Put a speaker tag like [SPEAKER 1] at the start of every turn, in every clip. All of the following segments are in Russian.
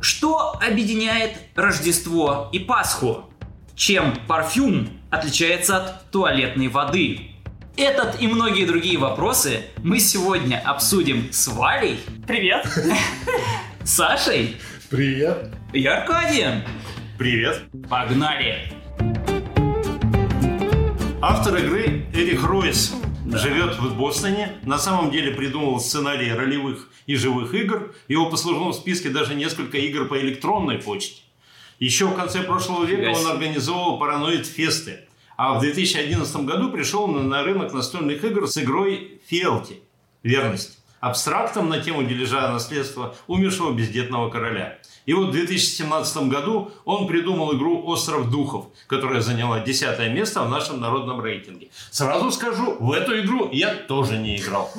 [SPEAKER 1] Что объединяет Рождество и Пасху? Чем парфюм отличается от туалетной воды? Этот и многие другие вопросы мы сегодня обсудим с Валей,
[SPEAKER 2] Привет.
[SPEAKER 1] Сашей
[SPEAKER 3] Привет.
[SPEAKER 1] и Аркадием.
[SPEAKER 3] Привет.
[SPEAKER 1] Погнали!
[SPEAKER 3] Автор игры Эрих Ройс живет в Бостоне. На самом деле придумал сценарий ролевых и живых игр. Его послужном списке даже несколько игр по электронной почте. Еще в конце прошлого века
[SPEAKER 1] Фига
[SPEAKER 3] он
[SPEAKER 1] себе.
[SPEAKER 3] организовывал параноид фесты. А в 2011 году пришел на, на рынок настольных игр с игрой Фиэлти. Верность. Абстрактом на тему дележа наследства умершего бездетного короля. И вот в 2017 году он придумал игру «Остров духов», которая заняла 10 место в нашем народном рейтинге. Сразу скажу, в эту игру я тоже не играл.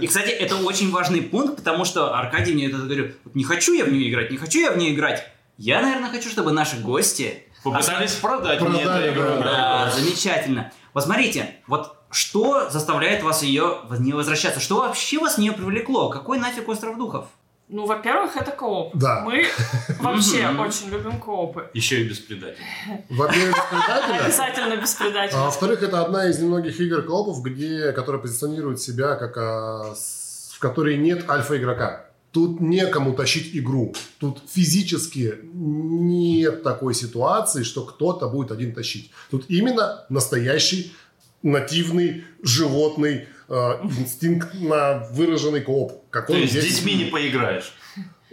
[SPEAKER 1] И, кстати, это очень важный пункт, потому что Аркадий мне это говорил, «Вот не хочу я в нее играть, не хочу я в нее играть. Я, наверное, хочу, чтобы наши гости...
[SPEAKER 3] Попытались продать мне
[SPEAKER 4] Продали,
[SPEAKER 3] эту игру.
[SPEAKER 1] Да, замечательно. Посмотрите, вот что заставляет вас ее в нее возвращаться? Что вообще вас в нее привлекло? Какой нафиг остров духов?
[SPEAKER 2] Ну, во-первых, это кооп.
[SPEAKER 4] Да.
[SPEAKER 2] Мы вообще
[SPEAKER 1] Мгм.
[SPEAKER 2] очень любим коопы.
[SPEAKER 3] Еще и без предателей.
[SPEAKER 4] Во-первых, предателя.
[SPEAKER 2] Обязательно без
[SPEAKER 4] А
[SPEAKER 2] предательства.
[SPEAKER 4] во-вторых, это одна из немногих игр клопов, где, которая позиционирует себя как а, с- в которой нет альфа-игрока. Тут некому тащить игру. Тут физически нет такой ситуации, что кто-то будет один тащить. Тут именно настоящий нативный животный э, инстинктно выраженный кооп.
[SPEAKER 3] То
[SPEAKER 4] Какой
[SPEAKER 3] есть с
[SPEAKER 4] есть.
[SPEAKER 3] детьми не поиграешь.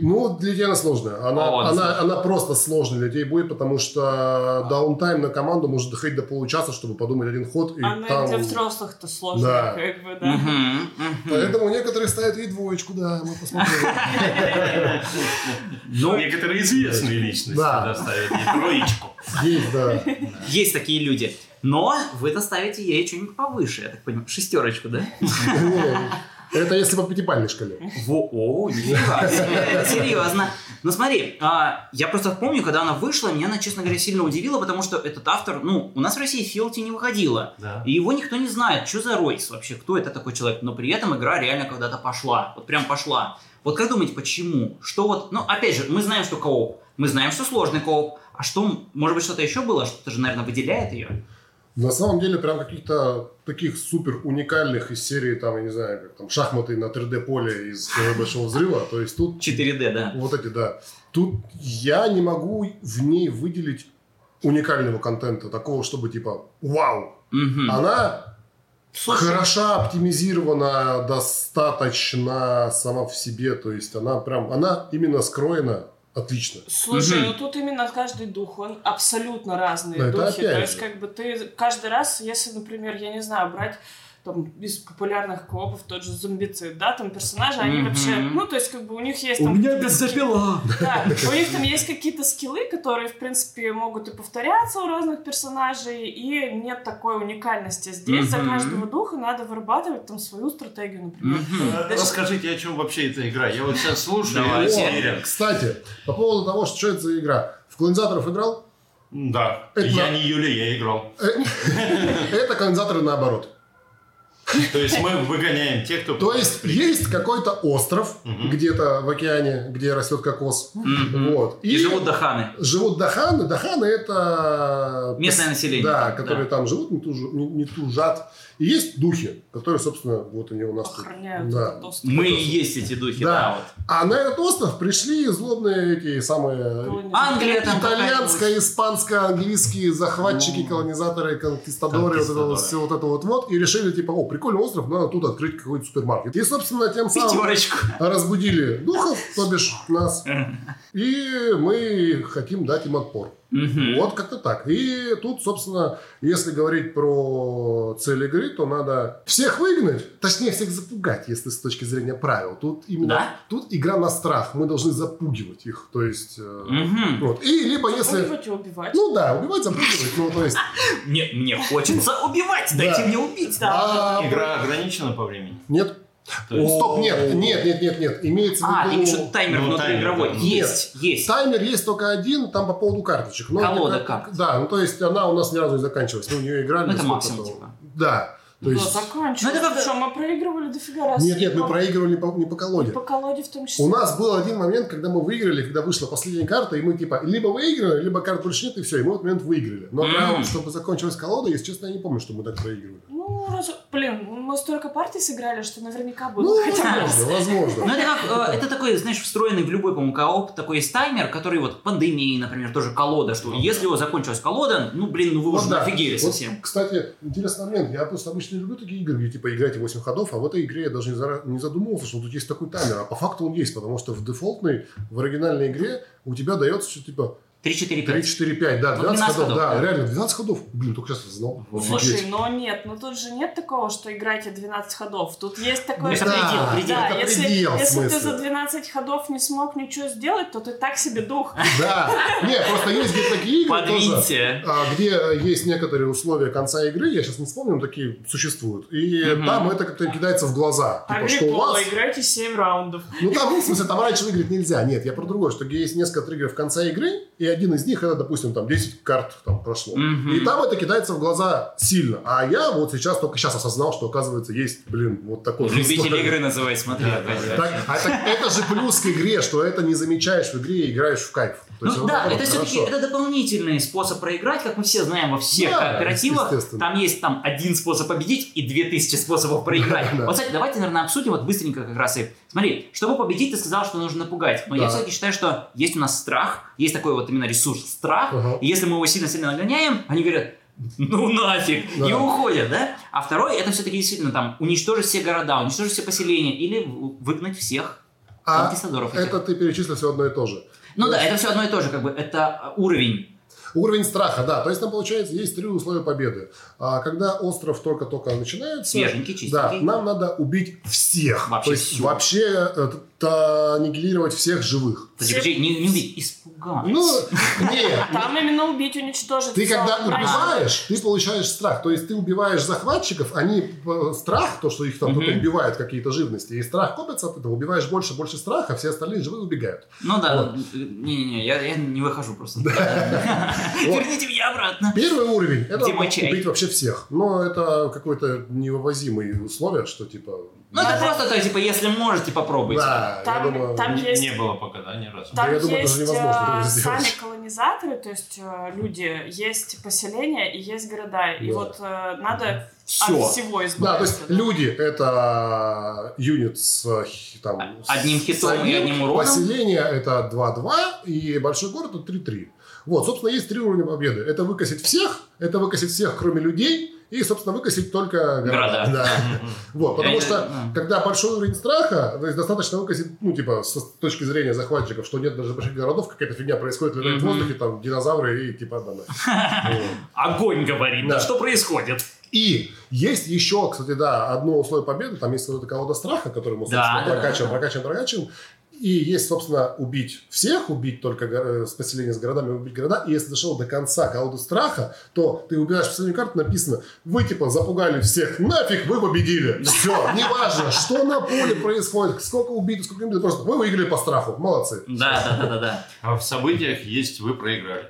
[SPEAKER 4] Ну, для тебя она сложная. Она,
[SPEAKER 1] О,
[SPEAKER 4] она, она просто сложная для людей будет, потому что даунтайм на команду может доходить до получаса, чтобы подумать один ход. И
[SPEAKER 2] Она
[SPEAKER 4] там...
[SPEAKER 2] для взрослых-то сложно,
[SPEAKER 4] Да.
[SPEAKER 2] как бы, да.
[SPEAKER 1] Мгм, мгм.
[SPEAKER 4] Поэтому некоторые ставят ей двоечку, да, мы посмотрели.
[SPEAKER 1] Ну,
[SPEAKER 3] Некоторые известные личности
[SPEAKER 4] Ну, Да.
[SPEAKER 3] доставили ей троечку.
[SPEAKER 4] Есть, да.
[SPEAKER 1] Есть такие люди. Но вы доставите ей что-нибудь повыше, я так понимаю. Шестерочку, да?
[SPEAKER 4] Не, Это если по пятипальной шкале.
[SPEAKER 1] Во, о, нифига себе, серьезно. Ну смотри, а, я просто помню, когда она вышла, меня она, честно говоря, сильно удивила, потому что этот автор, ну, у нас в России Филти не выходила.
[SPEAKER 3] Да.
[SPEAKER 1] И его никто не знает, что за Ройс вообще, кто это такой человек. Но при этом игра реально когда-то пошла, вот прям пошла. Вот как думаете, почему? Что вот, ну, опять же, мы знаем, что кооп, мы знаем, что сложный кооп, а что, может быть, что-то еще было, что-то же, наверное, выделяет ее?
[SPEAKER 4] На самом деле, прям каких-то таких супер уникальных из серии, там, я не знаю, как там, шахматы на 3D-поле из «Теории Большого Взрыва. То есть тут
[SPEAKER 1] 4D, да.
[SPEAKER 4] Вот эти, да. Тут я не могу в ней выделить уникального контента, такого, чтобы типа «Вау!»
[SPEAKER 1] Мгм.
[SPEAKER 4] А Она
[SPEAKER 1] Слушай,
[SPEAKER 4] хороша, оптимизирована, достаточно сама в себе, то есть она прям, она именно скроена отлично.
[SPEAKER 2] Слушай,
[SPEAKER 1] Мгм.
[SPEAKER 2] ну тут именно каждый дух, он абсолютно разные
[SPEAKER 4] Ну, это
[SPEAKER 2] духи.
[SPEAKER 4] опять
[SPEAKER 2] То есть,
[SPEAKER 4] же.
[SPEAKER 2] как бы ты каждый раз, если, например, я не знаю, брать там из популярных коопов тот же зомбицид, да, там персонажи, они
[SPEAKER 1] Мгм.
[SPEAKER 2] вообще, ну, то есть, как бы у них есть там...
[SPEAKER 1] запила.
[SPEAKER 2] Да, у них там есть какие-то скиллы, которые, в принципе, могут и повторяться у разных персонажей, и нет такой уникальности. Здесь за
[SPEAKER 1] Мгм.
[SPEAKER 2] каждого духа надо вырабатывать там свою стратегию, например.
[SPEAKER 1] Мгм.
[SPEAKER 3] Э, Расскажите, о чем вообще эта игра. Я вот сейчас слушаю и
[SPEAKER 1] Давайте.
[SPEAKER 3] уверен.
[SPEAKER 4] Кстати, по поводу того, что, это за игра. В колонизаторов играл?
[SPEAKER 3] Да.
[SPEAKER 4] Это-
[SPEAKER 3] Я не Юля, я играл.
[SPEAKER 4] Это колонизаторы наоборот.
[SPEAKER 3] То есть мы выгоняем тех, кто...
[SPEAKER 4] То есть есть какой-то остров
[SPEAKER 3] Мгм.
[SPEAKER 4] где-то в океане, где растет кокос.
[SPEAKER 1] Мгм.
[SPEAKER 4] Вот.
[SPEAKER 1] И живут даханы.
[SPEAKER 4] Живут даханы. Даханы – это...
[SPEAKER 1] Местное население.
[SPEAKER 4] Да, которые там живут, не, тужу- не- не тужат. И есть духи, которые, собственно, вот они у нас тут.
[SPEAKER 2] Охраняют
[SPEAKER 4] Да.
[SPEAKER 2] этот остров.
[SPEAKER 1] Мы и есть эти духи, да.
[SPEAKER 4] А на этот остров пришли злобные эти самые...
[SPEAKER 2] Колонизм.
[SPEAKER 1] Англия Ну, там Ну,
[SPEAKER 4] Итальянско, испанско, английские захватчики, колонизаторы, конкистадоры, вот это
[SPEAKER 3] Конкистадоры.
[SPEAKER 4] вот, все вот это вот, вот. И решили, типа, о, прикольный остров, надо тут открыть какой-то супермаркет. И, собственно, тем
[SPEAKER 1] вот.
[SPEAKER 4] самым
[SPEAKER 1] Пятерочку.
[SPEAKER 4] разбудили духов, то бишь нас. И мы хотим дать им отпор.
[SPEAKER 1] Мгм.
[SPEAKER 4] Вот как-то так. И тут, собственно, если говорить про цель игры, то надо всех выгнать, точнее всех запугать, если с точки зрения правил. Тут именно
[SPEAKER 1] Да?
[SPEAKER 4] тут игра на страх. Мы должны запугивать их. То есть э,
[SPEAKER 1] Мгм.
[SPEAKER 4] вот. И либо если
[SPEAKER 2] Убивать и убивать.
[SPEAKER 4] ну да, убивать, запугивать, ну то есть.
[SPEAKER 1] Мне, мне хочется убивать, дайте
[SPEAKER 4] Да.
[SPEAKER 1] мне убить.
[SPEAKER 4] а,
[SPEAKER 3] Игра ограничена по времени.
[SPEAKER 4] Нет.
[SPEAKER 3] То есть-
[SPEAKER 4] Стоп, нет, нет, нет, нет, нет. Имеется в
[SPEAKER 1] А,
[SPEAKER 4] виду.
[SPEAKER 1] там что-то таймер
[SPEAKER 3] ну,
[SPEAKER 1] внутриигровой.
[SPEAKER 3] таймер,
[SPEAKER 4] да.
[SPEAKER 1] Есть, есть.
[SPEAKER 4] Таймер есть только один, там по поводу карточек. Но
[SPEAKER 1] Колода
[SPEAKER 4] это как-
[SPEAKER 1] карт.
[SPEAKER 4] Да, ну то есть она у нас ни разу не заканчивалась. Мы в нее играли.
[SPEAKER 1] Ну, это
[SPEAKER 4] сколько
[SPEAKER 1] максимум,
[SPEAKER 4] там.
[SPEAKER 1] типа.
[SPEAKER 4] Да. То
[SPEAKER 2] Да,
[SPEAKER 4] есть...
[SPEAKER 2] заканчивай.
[SPEAKER 1] Ну, это как-
[SPEAKER 2] Что, мы проигрывали дофига раз.
[SPEAKER 4] Нет, нет,
[SPEAKER 2] И
[SPEAKER 4] мы
[SPEAKER 2] по-
[SPEAKER 4] проигрывали по- не по
[SPEAKER 2] и
[SPEAKER 4] колоде.
[SPEAKER 2] По колоде в том числе.
[SPEAKER 4] У нас был один момент, когда мы выиграли, когда вышла последняя карта, и мы типа либо выиграли, либо карт больше нет, и все, и мы в этот момент выиграли. Но
[SPEAKER 1] Мгм.
[SPEAKER 4] прям, чтобы закончилась колода, если честно, я не помню, что мы так проигрывали.
[SPEAKER 2] Ну, раз... блин, мы столько партий сыграли, что наверняка будет
[SPEAKER 4] Ну,
[SPEAKER 2] хотя бы раз.
[SPEAKER 4] возможно,
[SPEAKER 1] Ну,
[SPEAKER 4] возможно.
[SPEAKER 1] это как, э, это такой, знаешь, встроенный в любой, по-моему, кооп, такой есть таймер, который вот пандемии, например, тоже колода, что если у вас закончилась колода, ну, блин, ну вы
[SPEAKER 4] Вот
[SPEAKER 1] уже
[SPEAKER 4] да.
[SPEAKER 1] офигели
[SPEAKER 4] Вот,
[SPEAKER 1] совсем.
[SPEAKER 4] кстати, интересный момент. Я просто обычно люблю такие игры, где типа играете 8 ходов, а в этой игре я даже не, зара- не задумывался, что тут есть такой таймер. А по факту он есть, потому что в дефолтной, в оригинальной игре у тебя дается что типа 3,
[SPEAKER 1] 3-4-5.
[SPEAKER 4] 4, 5, да,
[SPEAKER 1] Ну,
[SPEAKER 4] 12
[SPEAKER 1] 12
[SPEAKER 4] ходов.
[SPEAKER 1] ходов,
[SPEAKER 4] Да,
[SPEAKER 1] да.
[SPEAKER 4] реально, 12 ходов. Блин, только сейчас знал.
[SPEAKER 2] Слушай, но нет, ну тут же нет такого, что играйте 12 ходов. Тут есть такое...
[SPEAKER 1] Ну, это предел, предел.
[SPEAKER 2] Да,
[SPEAKER 4] это
[SPEAKER 2] если,
[SPEAKER 4] предел, в
[SPEAKER 2] если ты
[SPEAKER 4] смысле.
[SPEAKER 2] за 12 ходов не смог ничего сделать, то ты так себе дух.
[SPEAKER 4] А, Да, не, просто есть где-то такие игры тоже.
[SPEAKER 1] Подвиньте.
[SPEAKER 4] а, где есть некоторые условия конца игры, я сейчас не вспомню, но такие существуют. И
[SPEAKER 1] Мгм.
[SPEAKER 4] там это как-то кидается в глаза.
[SPEAKER 2] А
[SPEAKER 4] Типа, что у вас...
[SPEAKER 2] играйте 7 раундов.
[SPEAKER 4] Ну там, в смысле, там раньше выиграть нельзя. Нет, я про другое, что где есть несколько игр в конце игры, и один из них, это, допустим, там 10 карт там прошло.
[SPEAKER 1] Мгм.
[SPEAKER 4] И там это кидается в глаза сильно. А я вот сейчас, только сейчас осознал, что, оказывается, есть, блин, вот такой...
[SPEAKER 1] Любители игры называй, смотри.
[SPEAKER 3] Да,
[SPEAKER 1] опять
[SPEAKER 3] да,
[SPEAKER 1] же.
[SPEAKER 4] Так, а это, это же плюс к игре, что это не замечаешь в игре и играешь в кайф. То есть
[SPEAKER 1] Ну
[SPEAKER 4] вот
[SPEAKER 1] да,
[SPEAKER 4] вот
[SPEAKER 1] это все-таки
[SPEAKER 4] хорошо.
[SPEAKER 1] это дополнительный способ проиграть, как мы все знаем во всех
[SPEAKER 4] Да,
[SPEAKER 1] кооперативах.
[SPEAKER 4] естественно.
[SPEAKER 1] Там есть там один способ победить и две тысячи способов проиграть.
[SPEAKER 4] Да.
[SPEAKER 1] Вот, кстати, давайте, наверное, обсудим вот быстренько как раз и... Смотри, чтобы победить, ты сказал, что нужно напугать. Но я
[SPEAKER 4] Да.
[SPEAKER 1] все-таки считаю, что есть у нас страх, есть такой вот именно ресурс страх.
[SPEAKER 4] Ага.
[SPEAKER 1] И если мы его сильно-сильно нагоняем, они говорят, ну нафиг,
[SPEAKER 4] Да.
[SPEAKER 1] и уходят, да? А второй, это все-таки действительно там уничтожить все города, уничтожить все поселения или в- выгнать всех
[SPEAKER 4] А
[SPEAKER 1] конкистадоров. этих.
[SPEAKER 4] это ты перечислил все одно и то же.
[SPEAKER 1] Ну да, это все одно и то же, как бы, это а, уровень.
[SPEAKER 4] Уровень страха, да. То есть там, получается, есть три условия победы. А, когда остров только-только начинается...
[SPEAKER 1] Свеженький,
[SPEAKER 4] Да,
[SPEAKER 1] чистенький.
[SPEAKER 4] нам надо убить всех.
[SPEAKER 1] Вообще
[SPEAKER 4] То есть
[SPEAKER 1] всё.
[SPEAKER 4] вообще э, т- аннигилировать всех живых.
[SPEAKER 1] Подожди, подожди, не, не убить, испугать.
[SPEAKER 4] Ну, нет.
[SPEAKER 2] Там именно убить, уничтожить.
[SPEAKER 4] ну, Ты
[SPEAKER 2] всё,
[SPEAKER 4] когда
[SPEAKER 2] убрать.
[SPEAKER 4] убиваешь, ты получаешь страх. То есть ты убиваешь захватчиков, они э, страх, то, что их там
[SPEAKER 1] Мгм.
[SPEAKER 4] тут убивают какие-то живности, и страх копится от этого, убиваешь больше, больше страха, все остальные живые убегают.
[SPEAKER 1] Ну да, не-не-не, я, я не выхожу просто.
[SPEAKER 4] Вот.
[SPEAKER 1] Верните меня обратно.
[SPEAKER 4] Первый уровень это
[SPEAKER 1] Где мой чай?
[SPEAKER 4] убить вообще всех. Но это какое-то невывозимые условия, что типа.
[SPEAKER 1] Ну это просто, то, типа, если можете, попробуйте. А
[SPEAKER 4] Да, я
[SPEAKER 2] Там-
[SPEAKER 4] думаю,
[SPEAKER 2] там
[SPEAKER 3] Не-
[SPEAKER 2] есть-
[SPEAKER 3] Не было пока, да, ни разу.
[SPEAKER 4] Да,
[SPEAKER 2] Там
[SPEAKER 4] я думаю, это же
[SPEAKER 2] есть
[SPEAKER 4] невозможно
[SPEAKER 2] э,
[SPEAKER 4] это сделать.
[SPEAKER 2] сами колонизаторы, то есть э, люди, есть поселения и есть города. И
[SPEAKER 4] Да.
[SPEAKER 2] вот э, надо от
[SPEAKER 1] Все.
[SPEAKER 2] всего избавиться.
[SPEAKER 4] Да, то есть
[SPEAKER 2] да.
[SPEAKER 4] люди это юнит с э, х- там, с-
[SPEAKER 1] А, Одним хитом
[SPEAKER 4] с
[SPEAKER 1] и одним уроном.
[SPEAKER 4] Поселение это 2-2, и большой город это 3-3. Вот, собственно, есть три уровня победы. Это выкосить всех, это выкосить всех, кроме людей, и, собственно, выкосить только города.
[SPEAKER 1] Города.
[SPEAKER 4] Да. Вот, потому
[SPEAKER 1] Я-
[SPEAKER 4] что
[SPEAKER 1] да.
[SPEAKER 4] когда большой уровень страха, то есть достаточно выкосить, ну, типа, с точки зрения захватчиков, что нет даже больших городов, какая-то фигня происходит, летают в
[SPEAKER 1] Мгм.
[SPEAKER 4] воздухе, там, динозавры и типа, да, да. Вот.
[SPEAKER 1] Огонь говорит,
[SPEAKER 4] Да.
[SPEAKER 1] да что происходит?
[SPEAKER 4] И есть еще, кстати, да, одно условие победы. Там есть вот эта колода страха, которую мы,
[SPEAKER 1] Да,
[SPEAKER 4] собственно,
[SPEAKER 1] да, да,
[SPEAKER 4] прокачиваем,
[SPEAKER 1] да.
[SPEAKER 4] прокачиваем, прокачиваем. И есть, собственно, убить всех, убить только го- э, с поселения с городами, убить города. И если дошел до конца колоды страха, то ты убираешь последнюю карту, написано, вы типа запугали всех, нафиг, вы победили. Все, неважно, что на поле происходит, сколько убито, сколько не убито, просто вы выиграли по страху, молодцы.
[SPEAKER 1] Да, да, да, да, да.
[SPEAKER 3] А в событиях есть вы проиграли.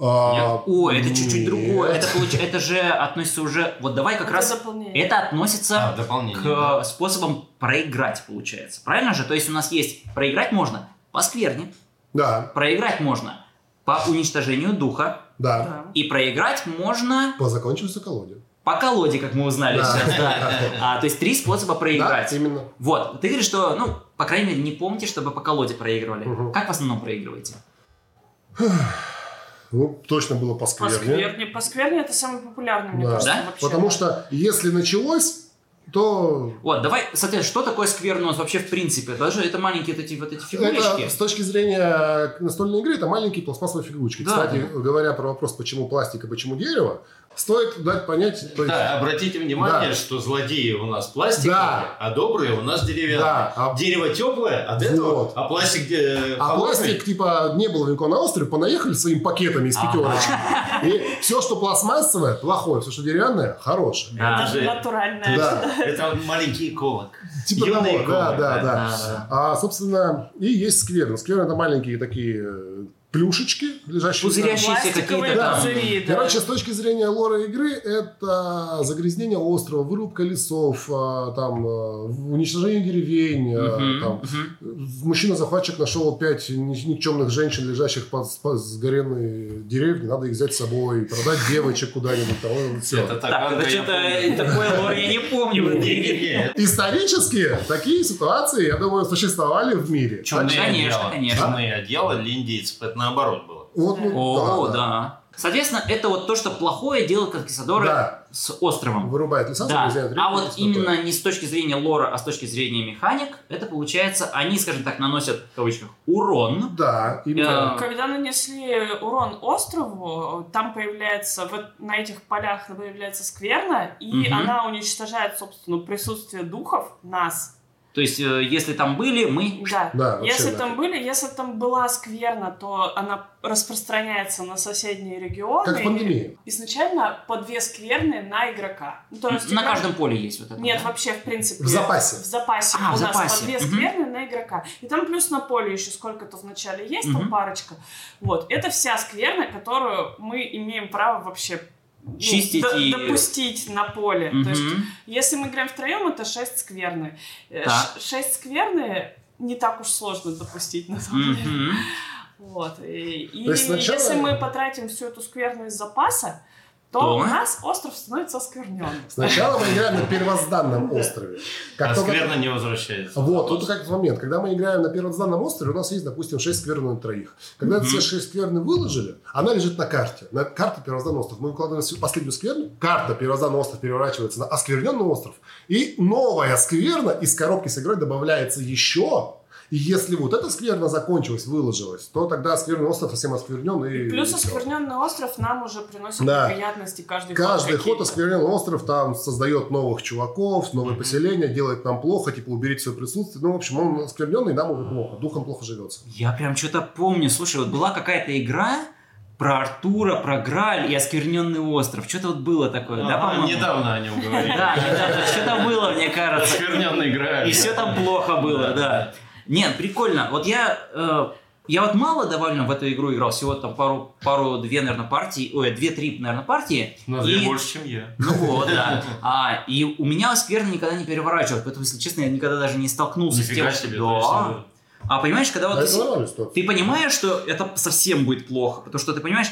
[SPEAKER 4] А,
[SPEAKER 1] О, это чуть-чуть
[SPEAKER 4] нет.
[SPEAKER 1] другое. Это, получ- это же относится уже... Вот давай как
[SPEAKER 2] Это
[SPEAKER 1] раз...
[SPEAKER 2] дополнение.
[SPEAKER 1] Это относится
[SPEAKER 3] А, дополнение.
[SPEAKER 1] к
[SPEAKER 3] да.
[SPEAKER 1] э, способам проиграть, получается. Правильно же? То есть у нас есть проиграть можно по скверне,
[SPEAKER 4] Да,
[SPEAKER 1] проиграть можно по уничтожению духа,
[SPEAKER 4] да.
[SPEAKER 2] Да.
[SPEAKER 1] и проиграть можно
[SPEAKER 4] По закончившейся колоде.
[SPEAKER 1] По колоде, как мы узнали
[SPEAKER 4] Да.
[SPEAKER 1] сейчас, да. А, то есть три способа проиграть.
[SPEAKER 4] Да, именно.
[SPEAKER 1] Вот, ты говоришь, что, ну, по крайней мере, не помните, чтобы по колоде проигрывали.
[SPEAKER 4] Мгм.
[SPEAKER 1] Как в основном проигрываете?
[SPEAKER 4] Ну, точно было по
[SPEAKER 2] По
[SPEAKER 4] скверне.
[SPEAKER 2] скверне. По скверне это самый популярный, мне
[SPEAKER 4] Да.
[SPEAKER 2] кажется,
[SPEAKER 1] Да?
[SPEAKER 2] вообще.
[SPEAKER 4] Потому что если началось, то
[SPEAKER 1] Вот, давай, соответственно, что такое скверно у нас вообще в принципе? Даже это маленькие вот эти, вот эти фигурочки.
[SPEAKER 4] это с точки зрения настольной игры это маленькие пластмассовые фигурочки.
[SPEAKER 1] Да.
[SPEAKER 4] Кстати, говоря про вопрос, почему пластик и почему дерево, стоит дать понять, то есть,
[SPEAKER 3] Да, обратите внимание,
[SPEAKER 4] Да.
[SPEAKER 3] что злодеи у нас пластиковые,
[SPEAKER 4] Да.
[SPEAKER 3] а добрые у нас деревянные.
[SPEAKER 4] Да, а-
[SPEAKER 3] Дерево теплое от этого,
[SPEAKER 4] Вот.
[SPEAKER 3] а пластик где
[SPEAKER 4] а пластик типа не было венко на острове, понаехали своими пакетами из
[SPEAKER 1] Ага.
[SPEAKER 4] пятерочки. И все, что пластмассовое, плохое, все, что деревянное, хорошее.
[SPEAKER 1] А, Да.
[SPEAKER 2] Даже натуральное.
[SPEAKER 4] Да,
[SPEAKER 3] Это маленький эколог.
[SPEAKER 4] типа того,
[SPEAKER 3] Юный
[SPEAKER 4] да,
[SPEAKER 3] эколог,
[SPEAKER 4] да,
[SPEAKER 3] да.
[SPEAKER 4] да.
[SPEAKER 1] Да, да.
[SPEAKER 4] Ну, А, собственно, и есть скверны. Скверны это маленькие такие э, плюшечки, лежащие на-
[SPEAKER 1] Пузырящиеся
[SPEAKER 2] Пластиковые
[SPEAKER 1] какие-то
[SPEAKER 4] да.
[SPEAKER 1] там.
[SPEAKER 2] пузыри, да.
[SPEAKER 4] Короче, с точки зрения лора игры, это загрязнение острова, вырубка лесов, а, там, а, уничтожение деревень. а,
[SPEAKER 1] Мгм,
[SPEAKER 4] там.
[SPEAKER 1] мгм.
[SPEAKER 4] Мужчина-захватчик нашел пять ни- никчемных женщин, лежащих под под сгоренной деревней. Надо их взять с собой, продать девочек куда-нибудь. там, вот всё.
[SPEAKER 3] Это так,
[SPEAKER 1] Так,
[SPEAKER 3] Анна,
[SPEAKER 1] это
[SPEAKER 3] я
[SPEAKER 1] что-то
[SPEAKER 3] помню.
[SPEAKER 1] такое лор я не помню.
[SPEAKER 3] Не-не-не,
[SPEAKER 4] Исторически такие ситуации, я думаю, существовали в мире.
[SPEAKER 1] Чёрные Конечно,
[SPEAKER 3] одеяла.
[SPEAKER 1] конечно.
[SPEAKER 3] Чёрные одеяла для индейцев. Это наоборот было.
[SPEAKER 4] Вот, ну,
[SPEAKER 1] О, да. Соответственно, это вот то, что плохое делает Конкисадоры
[SPEAKER 4] Да.
[SPEAKER 1] с островом.
[SPEAKER 4] Вырубает леса,
[SPEAKER 1] Да.
[SPEAKER 4] загрязняет реки,
[SPEAKER 1] А вот
[SPEAKER 4] всё такое.
[SPEAKER 1] именно не с точки зрения лора, а с точки зрения механик, это получается, они, скажем так, наносят в кавычках урон.
[SPEAKER 4] Ну Да, именно.
[SPEAKER 1] Э,
[SPEAKER 2] Ну, Когда нанесли урон острову, там появляется, вот на этих полях появляется скверна, и
[SPEAKER 1] Мгм.
[SPEAKER 2] она уничтожает, собственно, присутствие духов, нас.
[SPEAKER 1] То есть, э, если там были, мы
[SPEAKER 2] Да.
[SPEAKER 4] Да, вообще,
[SPEAKER 2] Если
[SPEAKER 4] да.
[SPEAKER 2] там были, если там была скверна, то она распространяется на соседние регионы.
[SPEAKER 4] Как пандемия.
[SPEAKER 2] Изначально по две скверны на игрока. Ну, то есть
[SPEAKER 1] на
[SPEAKER 2] игрок-
[SPEAKER 1] каждом поле есть вот это.
[SPEAKER 2] Нет,
[SPEAKER 1] да?
[SPEAKER 2] вообще, в принципе.
[SPEAKER 4] В запасе.
[SPEAKER 2] В запасе.
[SPEAKER 1] А,
[SPEAKER 2] у
[SPEAKER 1] в
[SPEAKER 2] нас
[SPEAKER 1] запасе.
[SPEAKER 2] по две
[SPEAKER 1] Мгм.
[SPEAKER 2] скверны на игрока. И там плюс на поле еще сколько-то вначале есть,
[SPEAKER 1] Мгм.
[SPEAKER 2] там парочка. Вот. Это вся скверна, которую мы имеем право вообще ну,
[SPEAKER 1] Чистить
[SPEAKER 2] до-
[SPEAKER 1] и-
[SPEAKER 2] допустить на поле.
[SPEAKER 1] Мгм.
[SPEAKER 2] То есть, если мы играем втроем, это шесть скверны. Э,
[SPEAKER 1] Так.
[SPEAKER 2] ш- Шесть скверны не так уж сложно допустить на самом деле.
[SPEAKER 1] Мгм.
[SPEAKER 2] Вот. И, и
[SPEAKER 4] То есть сначала-
[SPEAKER 2] если мы потратим всю эту скверну из запаса, то,
[SPEAKER 1] То?
[SPEAKER 2] у нас остров становится оскверненным.
[SPEAKER 4] Сначала мы играем на первозданном острове.
[SPEAKER 3] А
[SPEAKER 4] Как только-
[SPEAKER 3] скверно не возвращается.
[SPEAKER 4] Вот, тут как момент. Когда мы играем на первозданном острове, у нас есть, допустим, 6 скверн на троих. Когда
[SPEAKER 1] Мгм.
[SPEAKER 4] все 6 скверны выложили, она лежит на карте. На карте первозданного острова. Мы выкладываем всю последнюю скверну, карта первозданного острова переворачивается на оскверненный остров. И новая скверна из коробки с игрой добавляется еще. И если вот эта скверна закончилась, выложилась, то тогда скверный остров совсем осквернен. И,
[SPEAKER 2] Плюс
[SPEAKER 4] и всё.
[SPEAKER 2] оскверненный остров нам уже приносит
[SPEAKER 4] Да.
[SPEAKER 2] неприятности каждый,
[SPEAKER 4] Каждый ход
[SPEAKER 2] какие-то.
[SPEAKER 4] осквернен остров, там создает новых чуваков, новое
[SPEAKER 1] Мгм.
[SPEAKER 4] поселение, делает нам плохо, типа уберите свое присутствие. Ну, в общем, он оскверненный, нам уже плохо, духом плохо живется.
[SPEAKER 1] Я прям что-то помню. Слушай, вот была какая-то игра про Артура, про Граль и оскверненный остров. Что-то вот было такое, да,
[SPEAKER 3] Ага,
[SPEAKER 1] по-моему?
[SPEAKER 3] А, недавно о нем говорили.
[SPEAKER 1] Да, недавно. Что-то было, мне кажется.
[SPEAKER 3] Оскверненно играли.
[SPEAKER 1] И все там плохо было, да. Нет, прикольно. Вот я, э, я вот мало довольно в эту игру играл, всего там пару, пару, две, наверное, партии, ой, две-три, наверное, партии.
[SPEAKER 3] Но две
[SPEAKER 1] И-
[SPEAKER 3] больше, чем я.
[SPEAKER 1] Ну вот, да. А, и у меня скверно никогда не переворачивалось, поэтому, если честно, я никогда даже не столкнулся с
[SPEAKER 3] Ну, Нифига
[SPEAKER 1] тем,
[SPEAKER 3] себе. то
[SPEAKER 1] да.
[SPEAKER 3] есть, ну,
[SPEAKER 1] А понимаешь, когда вот
[SPEAKER 4] а
[SPEAKER 1] ты
[SPEAKER 4] это
[SPEAKER 1] си-
[SPEAKER 4] нормальная ситуация.
[SPEAKER 1] ты понимаешь, что это совсем будет плохо, потому что ты понимаешь,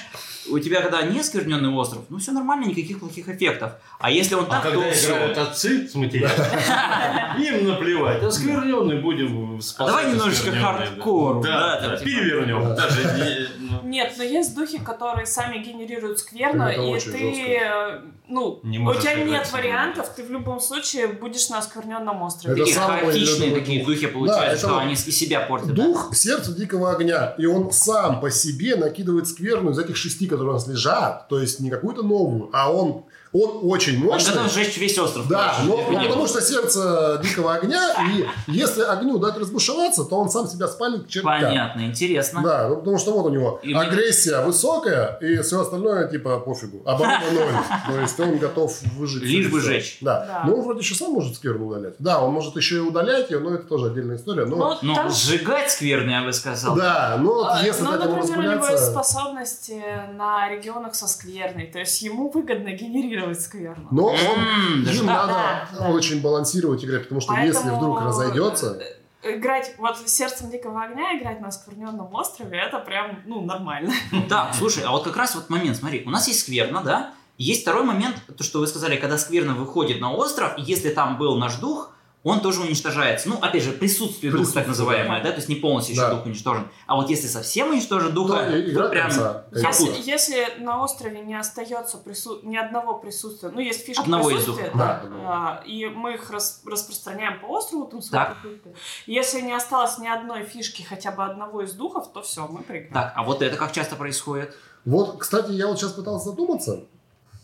[SPEAKER 1] у тебя когда не оскверненный остров, ну все нормально, никаких плохих эффектов. А если он
[SPEAKER 3] ну, А
[SPEAKER 1] так, то
[SPEAKER 3] когда
[SPEAKER 1] всё.
[SPEAKER 3] играют отцы с матерями, им наплевать. Оскверненный будем спасать.
[SPEAKER 1] Давай немножечко
[SPEAKER 3] осквернённый, да.
[SPEAKER 1] хардкору, да,
[SPEAKER 3] Да,
[SPEAKER 1] там,
[SPEAKER 3] да,
[SPEAKER 1] типа.
[SPEAKER 3] перевернем.
[SPEAKER 4] Да.
[SPEAKER 3] Даже не- ну,
[SPEAKER 2] Нет, но есть духи, которые сами генерируют скверну,
[SPEAKER 4] Ну, это
[SPEAKER 2] и
[SPEAKER 4] очень жестко.
[SPEAKER 2] ты, э, ну,
[SPEAKER 3] Не
[SPEAKER 2] у
[SPEAKER 3] можешь
[SPEAKER 2] тебя нет
[SPEAKER 3] играть.
[SPEAKER 2] вариантов, ты в любом случае будешь на оскверненном острове.
[SPEAKER 4] Это
[SPEAKER 1] Такие
[SPEAKER 4] самый
[SPEAKER 1] хаотичные
[SPEAKER 4] любимый
[SPEAKER 1] такие
[SPEAKER 4] дух.
[SPEAKER 1] духи получаются,
[SPEAKER 4] Да, это
[SPEAKER 1] что
[SPEAKER 4] вот
[SPEAKER 1] они и себя портят. да?
[SPEAKER 4] Дух сердце дикого огня, и он сам по себе накидывает скверну из этих шести, которые у нас лежат, то есть не какую-то новую, а он, он очень
[SPEAKER 1] Он
[SPEAKER 4] мощный.
[SPEAKER 1] готов сжечь весь остров.
[SPEAKER 4] Да,
[SPEAKER 1] короче,
[SPEAKER 4] но
[SPEAKER 1] я понимаю.
[SPEAKER 4] потому что сердце дикого огня, и если огню дать разбушеваться, то он сам себя спалит к чертям.
[SPEAKER 1] Понятно, интересно.
[SPEAKER 4] Да, ну, потому что вот у него
[SPEAKER 1] И мне-
[SPEAKER 4] агрессия высокая, и все остальное типа пофигу. Оборона ноль. То есть он готов выжить.
[SPEAKER 1] Лишь
[SPEAKER 4] всё,
[SPEAKER 1] бы
[SPEAKER 4] всё.
[SPEAKER 1] жечь.
[SPEAKER 4] Да.
[SPEAKER 2] Да.
[SPEAKER 4] Но он вроде еще сам может скверну удалять. Да, он может еще и удалять ее, но это тоже отдельная история. Но...
[SPEAKER 2] Ну,
[SPEAKER 1] Но
[SPEAKER 2] там же-
[SPEAKER 1] сжигать скверно, я бы сказал.
[SPEAKER 4] Да, но вот
[SPEAKER 2] А,
[SPEAKER 4] если
[SPEAKER 2] ну,
[SPEAKER 4] дать ему
[SPEAKER 2] например, у него есть
[SPEAKER 4] распыляться...
[SPEAKER 2] способности на регионах со скверной, то есть ему выгодно генерировать скверну.
[SPEAKER 4] Но он,
[SPEAKER 1] М, даже
[SPEAKER 4] им
[SPEAKER 1] так.
[SPEAKER 4] надо
[SPEAKER 2] Да, да.
[SPEAKER 4] очень балансировать играть, потому что если
[SPEAKER 2] Поэтому,
[SPEAKER 4] вдруг разойдется...
[SPEAKER 2] э, Играть вот с сердцем дикого огня, играть на оскверненном острове, это прям, ну, нормально.
[SPEAKER 1] Так, слушай, а вот как раз вот момент, смотри, у нас есть скверно, да? Есть второй момент, то, что вы сказали, когда скверно выходит на остров, и если там был наш дух, он тоже уничтожается. Ну, опять же, присутствие, духа,
[SPEAKER 4] Присутствие,
[SPEAKER 1] так называемое, да? То есть не полностью еще
[SPEAKER 4] Да.
[SPEAKER 1] дух уничтожен. А вот если совсем уничтожен
[SPEAKER 4] то
[SPEAKER 1] духа,
[SPEAKER 4] и- игра
[SPEAKER 1] то прям
[SPEAKER 4] конца, конечно.
[SPEAKER 2] Если,
[SPEAKER 1] Капут.
[SPEAKER 2] если на острове не остается прису... ни одного присутствия, ну, есть фишка
[SPEAKER 1] Одного из
[SPEAKER 2] присутствия,
[SPEAKER 1] двух.
[SPEAKER 4] Да,
[SPEAKER 2] да,
[SPEAKER 4] одного.
[SPEAKER 2] а, и мы их рас- распространяем по острову, там свой
[SPEAKER 1] Так.
[SPEAKER 2] какой-то. Если не осталось ни одной фишки хотя бы одного из духов, то все, мы проиграли.
[SPEAKER 1] Так, а вот это как часто происходит?
[SPEAKER 4] Вот, кстати, я вот сейчас пытался задуматься